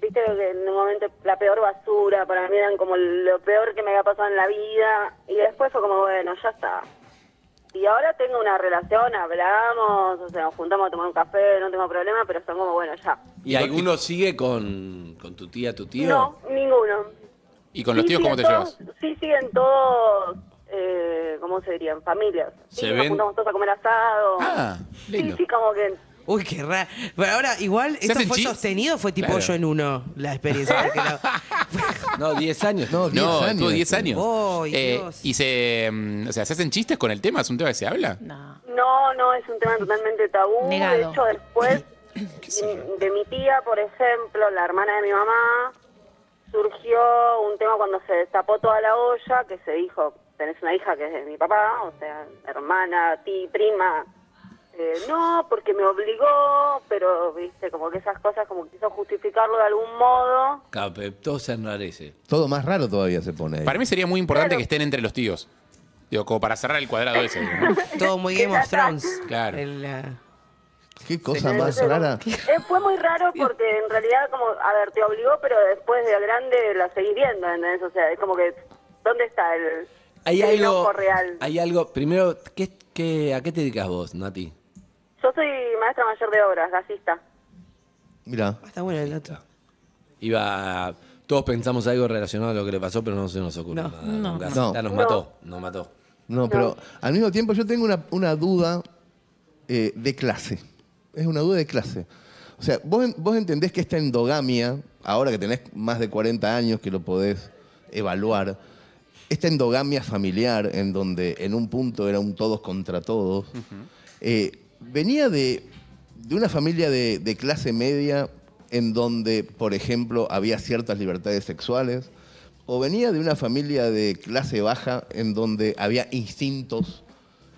Viste que en un momento la peor basura, para mí eran como lo peor que me había pasado en la vida. Y después fue como, bueno, ya está. Y ahora tengo una relación, hablamos, o sea, nos juntamos a tomar un café, no tengo problema, pero son como, bueno, ya. ¿Y alguno sigue con, con tu tía, tu tío? No, ninguno. ¿Y con los Sí, tíos sí, cómo te todos- llevas? Sí, siguen todos, eh, ¿cómo se dirían? Familias. Se Sí, nos ven. juntamos todos a comer asado. Ah, Sí, sí, como que... Uy, qué raro. Pero ahora, igual, ¿Se ¿esto hacen fue chips? sostenido o fue tipo Claro. yo en uno la experiencia? Porque la- No, 10 años. No, No, estuvo 10 años. Ay, Eh, Dios. y se. mm, O sea, ¿se hacen chistes con el tema? ¿Es un tema que se habla? No, no, es un tema totalmente tabú. De Negado. hecho, después de, de mi tía, por ejemplo, la hermana de mi mamá, surgió un tema cuando se destapó toda la olla, que se dijo, tenés una hija que es de mi papá, o sea, hermana, ti, prima. Eh, no, porque me obligó, pero, viste, como que esas cosas, como que quiso justificarlo de algún modo. Cape, todo se enrarece. Todo más raro todavía se pone. ahí. Para mí sería muy importante que estén entre los tíos. Digo, como para cerrar el cuadrado ese. ¿no? Todo muy Game of Thrones. Claro. El, ah, Qué cosa Sí. más rara. Eh, fue muy raro porque en realidad, como, a ver, te obligó, pero después de grande la seguís viendo, ¿entendés? O sea, es como que, ¿dónde está el, Hay el algo, enojo real? hay algo. Primero, ¿qué, qué, a qué te dedicas vos, Nati? Yo soy maestra mayor de obras, gasista. Mira. Está bueno el otro. Iba. Todos pensamos algo relacionado a lo que le pasó, pero no se nos ocurrió nada. no, Nunca. no. Ya nos No. mató, nos mató. No, pero al mismo tiempo yo tengo una, una duda eh, de clase. Es una duda de clase. O sea, vos, en- vos entendés que esta endogamia, ahora que tenés más de 40 años que lo podés evaluar, esta endogamia familiar en donde en un punto era un todos contra todos, eh, venía de, de una familia de, de clase media en donde, por ejemplo, había ciertas libertades sexuales, o venía de una familia de clase baja en donde había instintos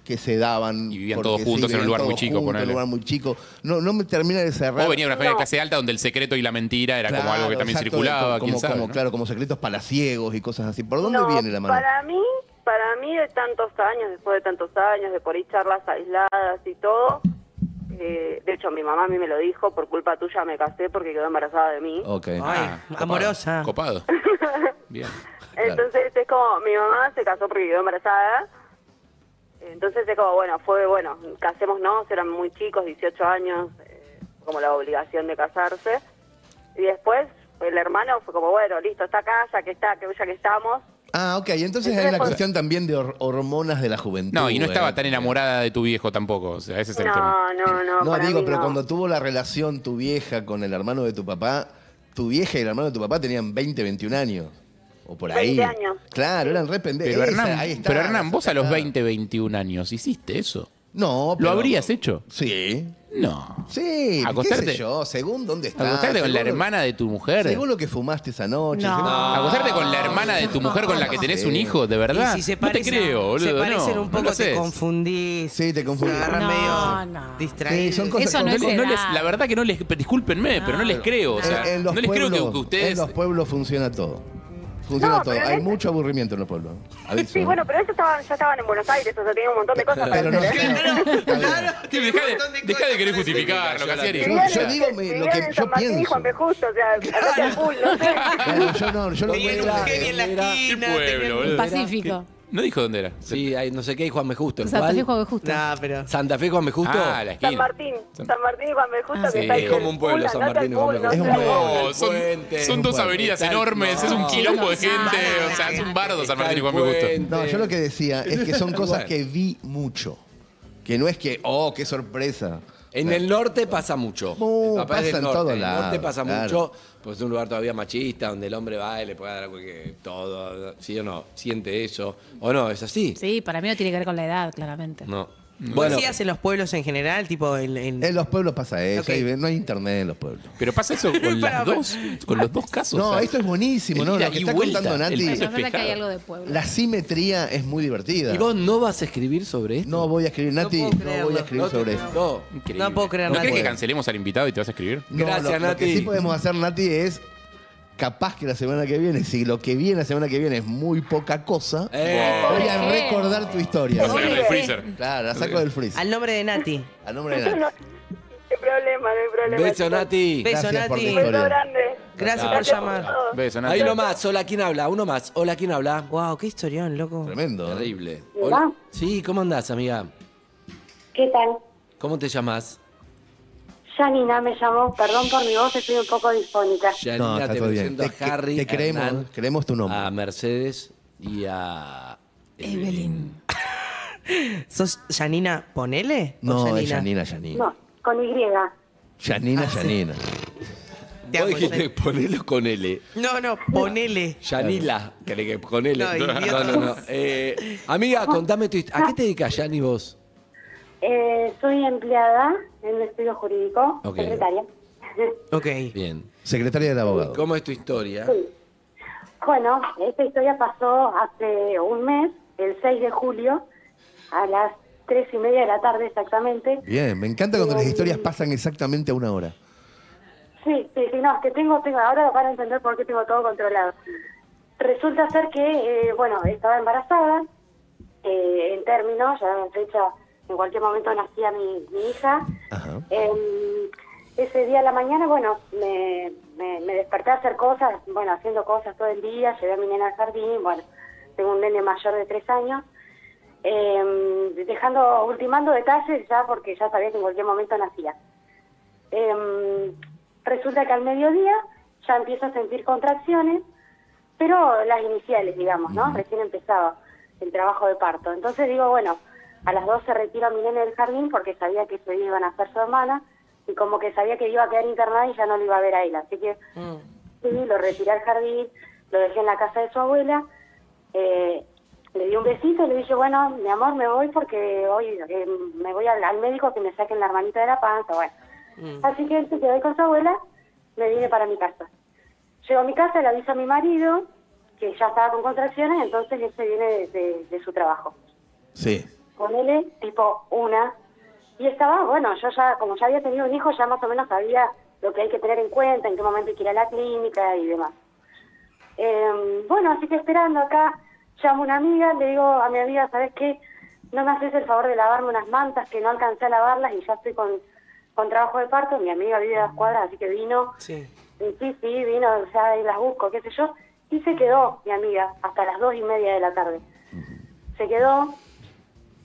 que se daban. Y vivían todos juntos en un lugar muy chico, en ponele. un lugar muy chico. No, no me termina de cerrar. O venía de una familia de clase alta donde el secreto y la mentira era como algo que Claro, también exacto, circulaba, como- quién sabe. como, ¿no? Claro, como secretos palaciegos y cosas así. ¿Por dónde No, viene la mano? Para mí, para mí de tantos años, después de tantos años, de por ahí charlas aisladas y todo, eh, de hecho mi mamá a mí me lo dijo, por culpa tuya me casé porque quedó embarazada de mí. Ok. Ay, copado, amorosa. Copado. Bien. Entonces es como, mi mamá se casó porque quedó embarazada. Entonces es como, bueno, fue, bueno, casémonos, eran muy chicos, 18 años, eh, como la obligación de casarse. Y después el hermano fue como, bueno, listo, está acá, ya que está, que ya que estamos. Ah, ok. Entonces hay Entonces, una por- cuestión también de hor- hormonas de la juventud. No, y no estaba ¿eh? tan enamorada de tu viejo tampoco. O sea, ese es el tema. No, no, no. No, para digo, mí pero no. cuando tuvo la relación tu vieja con el hermano de tu papá, tu vieja y el hermano de tu papá tenían 20, 21 años. O por ahí. 20 años. Claro, eran re pendejos. Pero Esa, Hernán, ahí está, pero Hernán, esa vos a los está. 20, 21 años hiciste eso. No, ¿Lo pero- habrías hecho? Sí. No. Sí, Acostarte- qué sé yo, según dónde estás. Acostarte con la según lo- hermana de tu mujer. Según lo que fumaste esa noche. según- Acostarte con la hermana de tu mujer con la que tenés Sí. un hijo, de verdad. Y si se no te parecen, creo, boludo. se parecen no, un no poco, lo te haces. confundís. Sí, te confundí. Te agarran No, medio no. distraídos. Sí, son cosas- Eso no No- es no edad. les- la verdad que no les. Discúlpenme, pero no les creo. o sea, En- en los no les creo que- pueblos- que ustedes. En los pueblos funciona todo. Funciona No, todo. pero Hay es- mucho aburrimiento en los pueblos. Aviso. ¿eh? Sí, bueno, pero ellos estaban, ya estaban en Buenos Aires, o sea, tenían un montón de cosas Pero para no hacer. ¿eh? Dejá de, dejá de querer justificar lo que hacían. Vivían y- Yo- en- yo digo me- vivían lo que en yo San Martín y pienso. Juan P. Justo, o sea, acá el pool, no sé. Claro, yo no, yo no Tenía puedo- un genio en la ¿Qué esquina. pueblo, boludo? Pacífico. No dijo dónde era. Sí, hay no sé qué, y Juan Me Justo. Santa ¿cuál? Fe Juego Justo. Nah, pero. Santa Fe, Juan Me Justo. Ah, la San esquina. Martín, San Martín y Juan P. Ah, Justo, sí. que está ahí Es como un pueblo, San Martín y Juan P. Es Es un pueblo. No, son, puente, son dos puente, avenidas está el- enormes, es un no. quilombo de Sí, no, gente, no, o sea, no, es no. un bardo San Martín y Está Juan el Me Gusto. puente. No, yo lo que decía es que son cosas Bueno. que vi mucho. Que no es que, oh, qué sorpresa. En el norte pasa mucho. No, Papá pasa es del en norte. todo el lado, norte pasa claro. mucho, pues es un lugar todavía machista, donde el hombre va y le puede dar algo que todo, sí o no, siente eso. O no, es así. Sí, para mí no tiene que ver con la edad, claramente. No. Bueno. ¿Decías en los pueblos en general? Tipo en, En los pueblos pasa eso, Ok. ahí no hay internet en los pueblos. Pero pasa eso con las dos, con los dos casos. No, o sea, esto es buenísimo, el ¿no? ida Lo que y está vuelta, contando el Nati. piso Es verdad que hay algo de pueblo. La simetría es muy divertida. ¿Y vos no vas a escribir sobre esto? No voy a escribir, Nati, no, puedo voy creerlo. a escribir No te sobre creo. esto. No. Increíble. No puedo creer ¿No nada. crees que cancelemos al invitado y te vas a escribir? No, lo, lo que sí podemos hacer, Nati, es capaz que la semana que viene, si lo que viene la semana que viene es muy poca cosa, Eh. voy a recordar tu historia. La saco del freezer. Claro, la saco del freezer. Al nombre de Nati. Al nombre de Nati. No hay problema, no hay problema. Beso, Nati. Beso, Gracias por tu Nati. Beso historia. grande. Gracias por Gracias llamar. por todo. Beso, Nati. Ahí nomás, hola, ¿quién habla? Uno más, hola, ¿quién habla? Wow, qué historión, loco. Tremendo. ¿eh? Terrible. Hola. Sí, ¿cómo andás, amiga? ¿Qué tal? ¿Cómo te llamás? Janina me llamó, perdón por mi voz, estoy un poco disfónica. No, Yanina, está te todo bien. presento Te, a Harry, te creemos, Hernán, creemos tu nombre. a Mercedes y a Evelyn. ¿Sos Janina Ponele? o no, es Janina? Janina, Janina. No, Ah, con Y. Janina, Janina. Te amo, Vos dijiste ponelo con L. No, no, Ponele. Yanila, querés que con L. No, No, idiota. no, no. Eh, amiga, contame tu historia. ¿A qué te dedicas, Yani, vos? Eh, soy empleada en un estudio jurídico, Ok. secretaria. Ok. Bien. Secretaria del abogado. ¿Cómo es tu historia? Bueno, esta historia pasó hace un mes, el 6 de julio, a las 3 y media de la tarde exactamente. Bien, me encanta cuando las historias pasan exactamente a una hora. Sí, sí, sí, no, es que tengo, tengo, ahora van a entender por qué tengo todo controlado. Resulta ser que, eh, bueno, estaba embarazada, eh, en términos, ya en fecha, en cualquier momento nacía mi, mi hija. Ajá. Eh, ese día a la mañana, bueno, me, me, me desperté a hacer cosas, bueno, haciendo cosas todo el día, llevé a mi nena al jardín, bueno, tengo un nene mayor de tres años. eh, dejando, ultimando detalles ya porque ya sabía que en cualquier momento nacía. Em, resulta que al mediodía ya empiezo a sentir contracciones, pero las iniciales, digamos, ¿no? Recién empezaba el trabajo de parto. Entonces digo, bueno, a las 12 retiro a mi nene del jardín porque sabía que ese día iban a ser su hermana y como que sabía que iba a quedar internada y ya no lo iba a ver a él. Así que sí, lo retiré al jardín, lo dejé en la casa de su abuela. eh, le di un besito y le dije, bueno, mi amor, me voy porque hoy eh, me voy al, al médico que me saquen la hermanita de la panza. Bueno, Así que él se quedó ahí con su abuela, me vine para mi casa. Llego a mi casa, le aviso a mi marido, que ya estaba con contracciones, entonces él se viene de, de- de su trabajo. Sí. Ponele tipo una. Y estaba, bueno, yo ya, como ya había tenido un hijo, ya más o menos sabía lo que hay que tener en cuenta, en qué momento hay que ir a la clínica y demás. Eh, bueno, así que esperando acá, llamo a una amiga, le digo a mi amiga, ¿sabes qué? No me haces el favor de lavarme unas mantas que no alcancé a lavarlas y ya estoy con, con trabajo de parto. Mi amiga vive a las cuadras, así que vino. Sí. Y sí, sí, vino, o sea, ahí las busco, qué sé yo. Y se quedó mi amiga hasta las dos y media de la tarde. Se quedó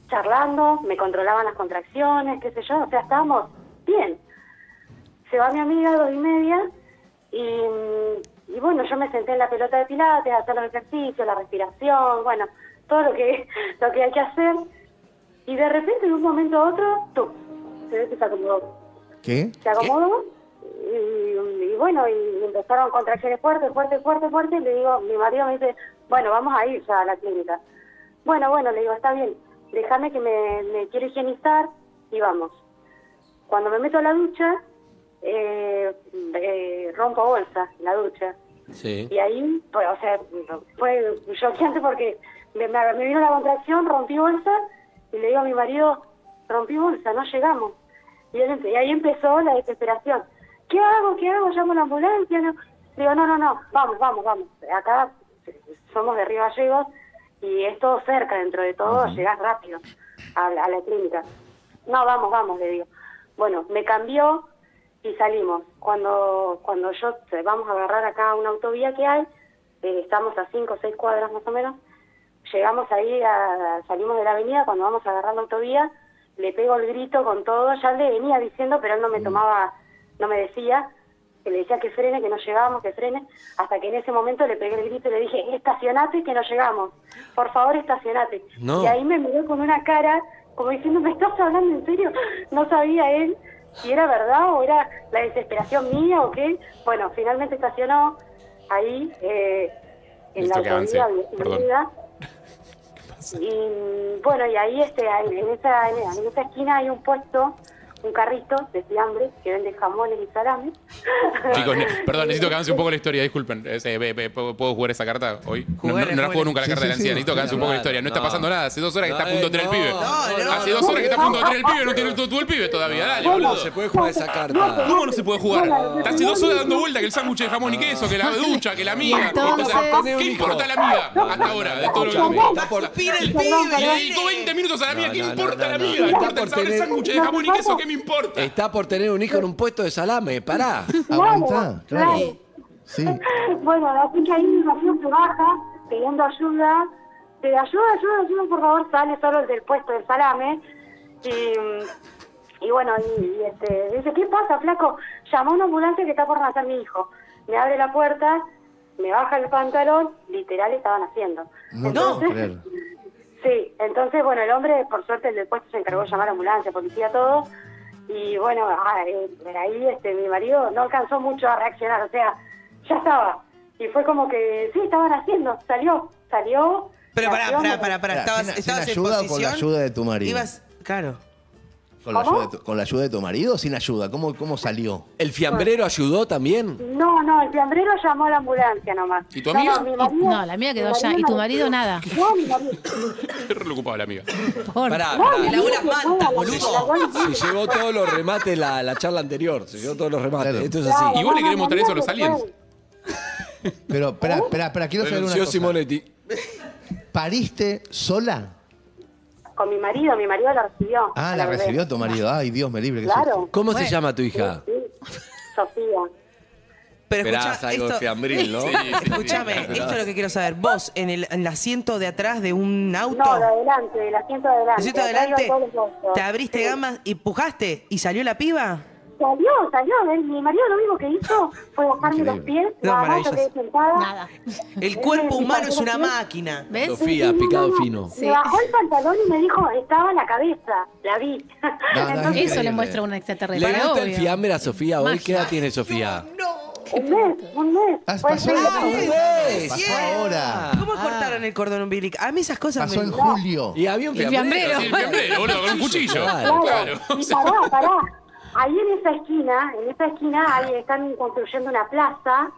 charlando, me controlaban las contracciones, qué sé yo, o sea, estábamos bien. Se va mi amiga a dos y media y, y bueno, yo me senté en la pelota de pilates, a hacer los ejercicios, la respiración, bueno, todo lo que, lo que hay que hacer. Y de repente, de un momento a otro, tú, se ve que se acomodó ¿Qué? se acomodó y, y bueno, y empezaron contracciones fuertes, fuertes, fuertes, fuertes. Y le digo, mi marido me dice, bueno, vamos a ir ya a la clínica. Bueno, bueno, le digo, está bien, déjame que me, me quiero higienizar y vamos. Cuando me meto a la ducha, eh, eh, rompo bolsa en la ducha. Sí. Y ahí, pues, o sea, fue choqueante porque me, me- me vino la contracción, rompí bolsa y le digo a mi marido, rompí bolsa, no llegamos. Y, él empe- y ahí empezó la desesperación. ¿Qué hago? ¿Qué hago? ¿Llamo a la ambulancia? No. Le Digo, no, no, no, vamos, vamos, vamos. Acá somos de Río Gallegos y es todo cerca dentro de todo, llegás rápido a la, a la clínica. No, vamos, vamos, le digo. Bueno, me cambió y salimos. Cuando cuando yo te- vamos a agarrar acá una autovía que hay, eh, estamos a cinco o seis cuadras más o menos, llegamos ahí, a- salimos de la avenida, cuando vamos a agarrar la autovía, le pego el grito con todo, ya le venía diciendo, pero él Mm. no me tomaba, no me decía, que le decía que frene, que no llegábamos, que frene, hasta que en ese momento le pegué el grito y le dije, estacionate que no llegamos, por favor estacionate. No. Y ahí me miró con una cara como diciendo, ¿me estás hablando en serio? No sabía él si era verdad o era la desesperación mía o qué. Bueno, finalmente estacionó ahí, eh, en la Listo, que avance. autovía bienvenida. Y bueno, y ahí este, en, en esa, en esa esquina hay un puesto, un carrito de fiambres que vende jamones y salames. Chicos, ne- perdón, necesito que avance un poco la historia, disculpen. Eh, eh, eh, eh, ¿puedo, puedo jugar esa carta hoy? No, no, Jugale, no la juego jugale. nunca la Sí, carta sí, de la sí. ansiedad. Necesito que avance un poco la historia. No está No. pasando nada. Hace dos horas que está a punto de tener el pibe. no, no. Hace dos horas que está a punto de tener el pibe. No tiene el tu- tu el pibe todavía. Dale, No, boludo. no se puede jugar esa carta. ¿Cómo Ah, no se puede jugar? Está hace dos horas dando vuelta que el sándwich de jamón y queso, que la ducha, que la amiga. O Entonces- sea, ¿qué importa la amiga hasta ahora de todo lo que Escuchame, comió? está por- Le- el Le pibe, dedicó 20 minutos a la amiga. ¿Qué no, no, importa la no, no. amiga? Está ¿Importa el por sabor del tener- sándwich de jamón y queso? ¿Qué me importa? Está por tener un hijo en un puesto de salame, pará. Aguantá, claro. claro. Sí. Bueno, así que ahí mi marido se baja pidiendo ayuda. De ayuda, ayuda, ayuda, por favor, sale solo el del puesto del salame. Y, y bueno, y, y, este, dice, ¿qué pasa, flaco? Llamó a una ambulancia que está por nacer mi hijo. Me abre la puerta, me baja el pantalón, literal estaban haciendo. No, Entonces- puedo creer. Sí, entonces, bueno, el hombre, por suerte, el del puesto se encargó de llamar a ambulancia, policía, todo. Y bueno, ah, eh, ahí este, mi marido no alcanzó mucho a reaccionar, o sea, ya estaba. Y fue como que, sí, estaban haciendo, salió, salió. Pero pará, reaccionó. pará, pará, pará. Estabas, sin- sin estabas en ayuda o posición. con la ayuda de tu marido? Ibas, claro. ¿Con la, ¿Cómo? ayuda de tu, con la ayuda de tu marido o sin ayuda? ¿Cómo, cómo salió? ¿El fiambrero ayudó también? No, no, el fiambrero llamó a la ambulancia nomás. ¿Y tu No, amiga? No, mi marido- No, la mía quedó mi allá. ¿Y tu no- marido nada? No, mi marido. Estoy re preocupado, la amiga. Pará, No, pará. mi marido se fue a la- a la Se llevó todos los remates la, la charla anterior. Se llevó todos los remates. Esto es Claro, así. ¿Y vos le querés mostrar eso a los aliens? Pero, espera, espera, espera, quiero saber una Renunció cosa. Simonetti. ¿Pariste sola? Con mi marido, mi marido la recibió. Ah, a la bebé. recibió tu marido. Ay, Dios me libre. qué Claro. susto. ¿Cómo se llama tu hija? Sofía. Pero Esperás escucha, algo de esto- fiambril, ¿no? Sí, sí, sí. Escúchame, esto es lo que quiero saber. Vos, en el, en el asiento de atrás de un auto, No, de adelante, del asiento de adelante. Necesito Acá iban adelante. todos los bolsos. te abriste gamas y pujaste y salió la piba. Salió, salió. él- Mi marido lo único que hizo fue bajarme los pies. No, nada más yo maravilloso. quedé sentada. Nada. El cuerpo Sí, humano es sí, una sí. máquina. ¿Ves? Sofía, picado fino. Me bajó el pantalón y me dijo, estaba la cabeza. La vi. No, no, Entonces, Eso le increíble. muestra un ¿Le extraterrestre, gusta el obvio. fiambre a Sofía hoy? Magia. ¿Qué edad tiene Sofía? un mes, un mes. Ah, Fue pasó el mes. ahora. mes. Pasó Yeah. ahora. ¿Cómo cortaron el cordón umbilical? A mí esas cosas Pasó me... en julio. Y había un El fiambrero. fiambrero. Sí, el fiambrero, boludo, con un cuchillo. Claro. Claro. Y pará, pará. Ahí en esa esquina, en esa esquina, ahí están construyendo una plaza.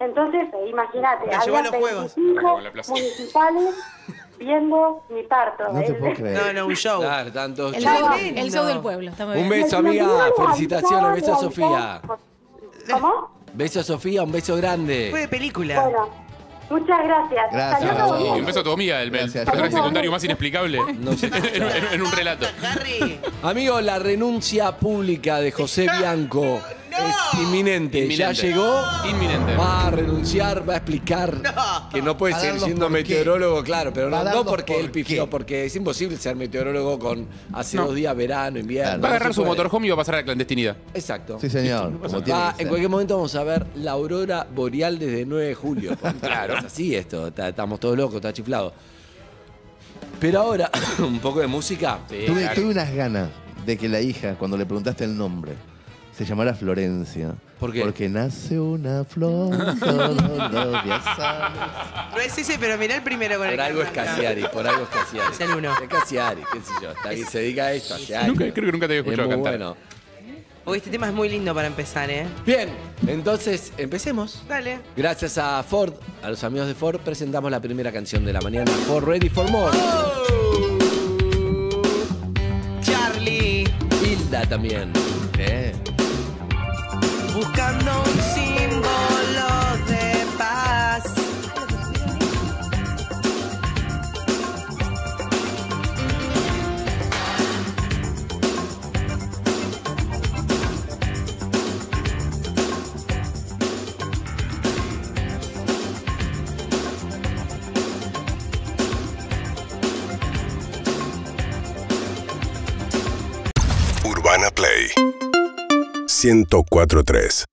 Entonces, eh, imagínate, La llevó a había los juegos. 25 La plaza. municipales viendo mi parto. No te El- puedo creer. No, no, un show. Claro, tanto. El eh. show, Tremendo. el show del pueblo. Está muy Un bien. beso, el- amiga. los niños Felicitaciones, beso a lanzados, Sofía. ¿Cómo? Beso a Sofía, un beso Fue de grande. película. Bueno, muchas gracias. Gracias, Salió gracias. todo bien. Y un beso a tu amiga, el, el Gracias. personaje secundario más inexplicable en, en- en un relato. Harry. Amigo, la renuncia pública de José Bianco es inminente. Ya Inminente. llegó. Inminente. Va a renunciar, va a explicar que no puede Va a seguir darnos siendo por qué. meteorólogo, claro, pero Va a no, no darnos porque por él pifió, qué. porque es imposible ser meteorólogo con hace No. dos días verano, invierno. Va a no agarrar se su puede. motorhome y va a pasar a la clandestinidad. Exacto. Sí, señor. Como tiene Va, que en ser. cualquier momento vamos a ver la aurora boreal desde el 9 de julio. claro. Es así esto, está- estamos todos locos, está chiflado. Pero ahora, un poco de música. Tuve, tuve unas ganas de que la hija, cuando le preguntaste el nombre, se llamara Florencia. ¿Por qué? Porque nace una flor todos los días sale. No es ese, pero mirá el primero con el Por que algo es arranca. Casiari, por algo es Casiari. Es el uno. Es Casiari, qué sé yo. Está bien, se dedica a esto hace años. Nunca- creo que nunca te había escuchado Es muy cantar. bueno. Uy, este tema es muy lindo para empezar, ¿eh? Bien, entonces empecemos. Dale. Gracias a Ford, a los amigos de Ford, presentamos la primera canción de la mañana. Ford Ready for More. Charlie, Hilda también. Eh, buscando un símbolo de paz. Urbana Play 1043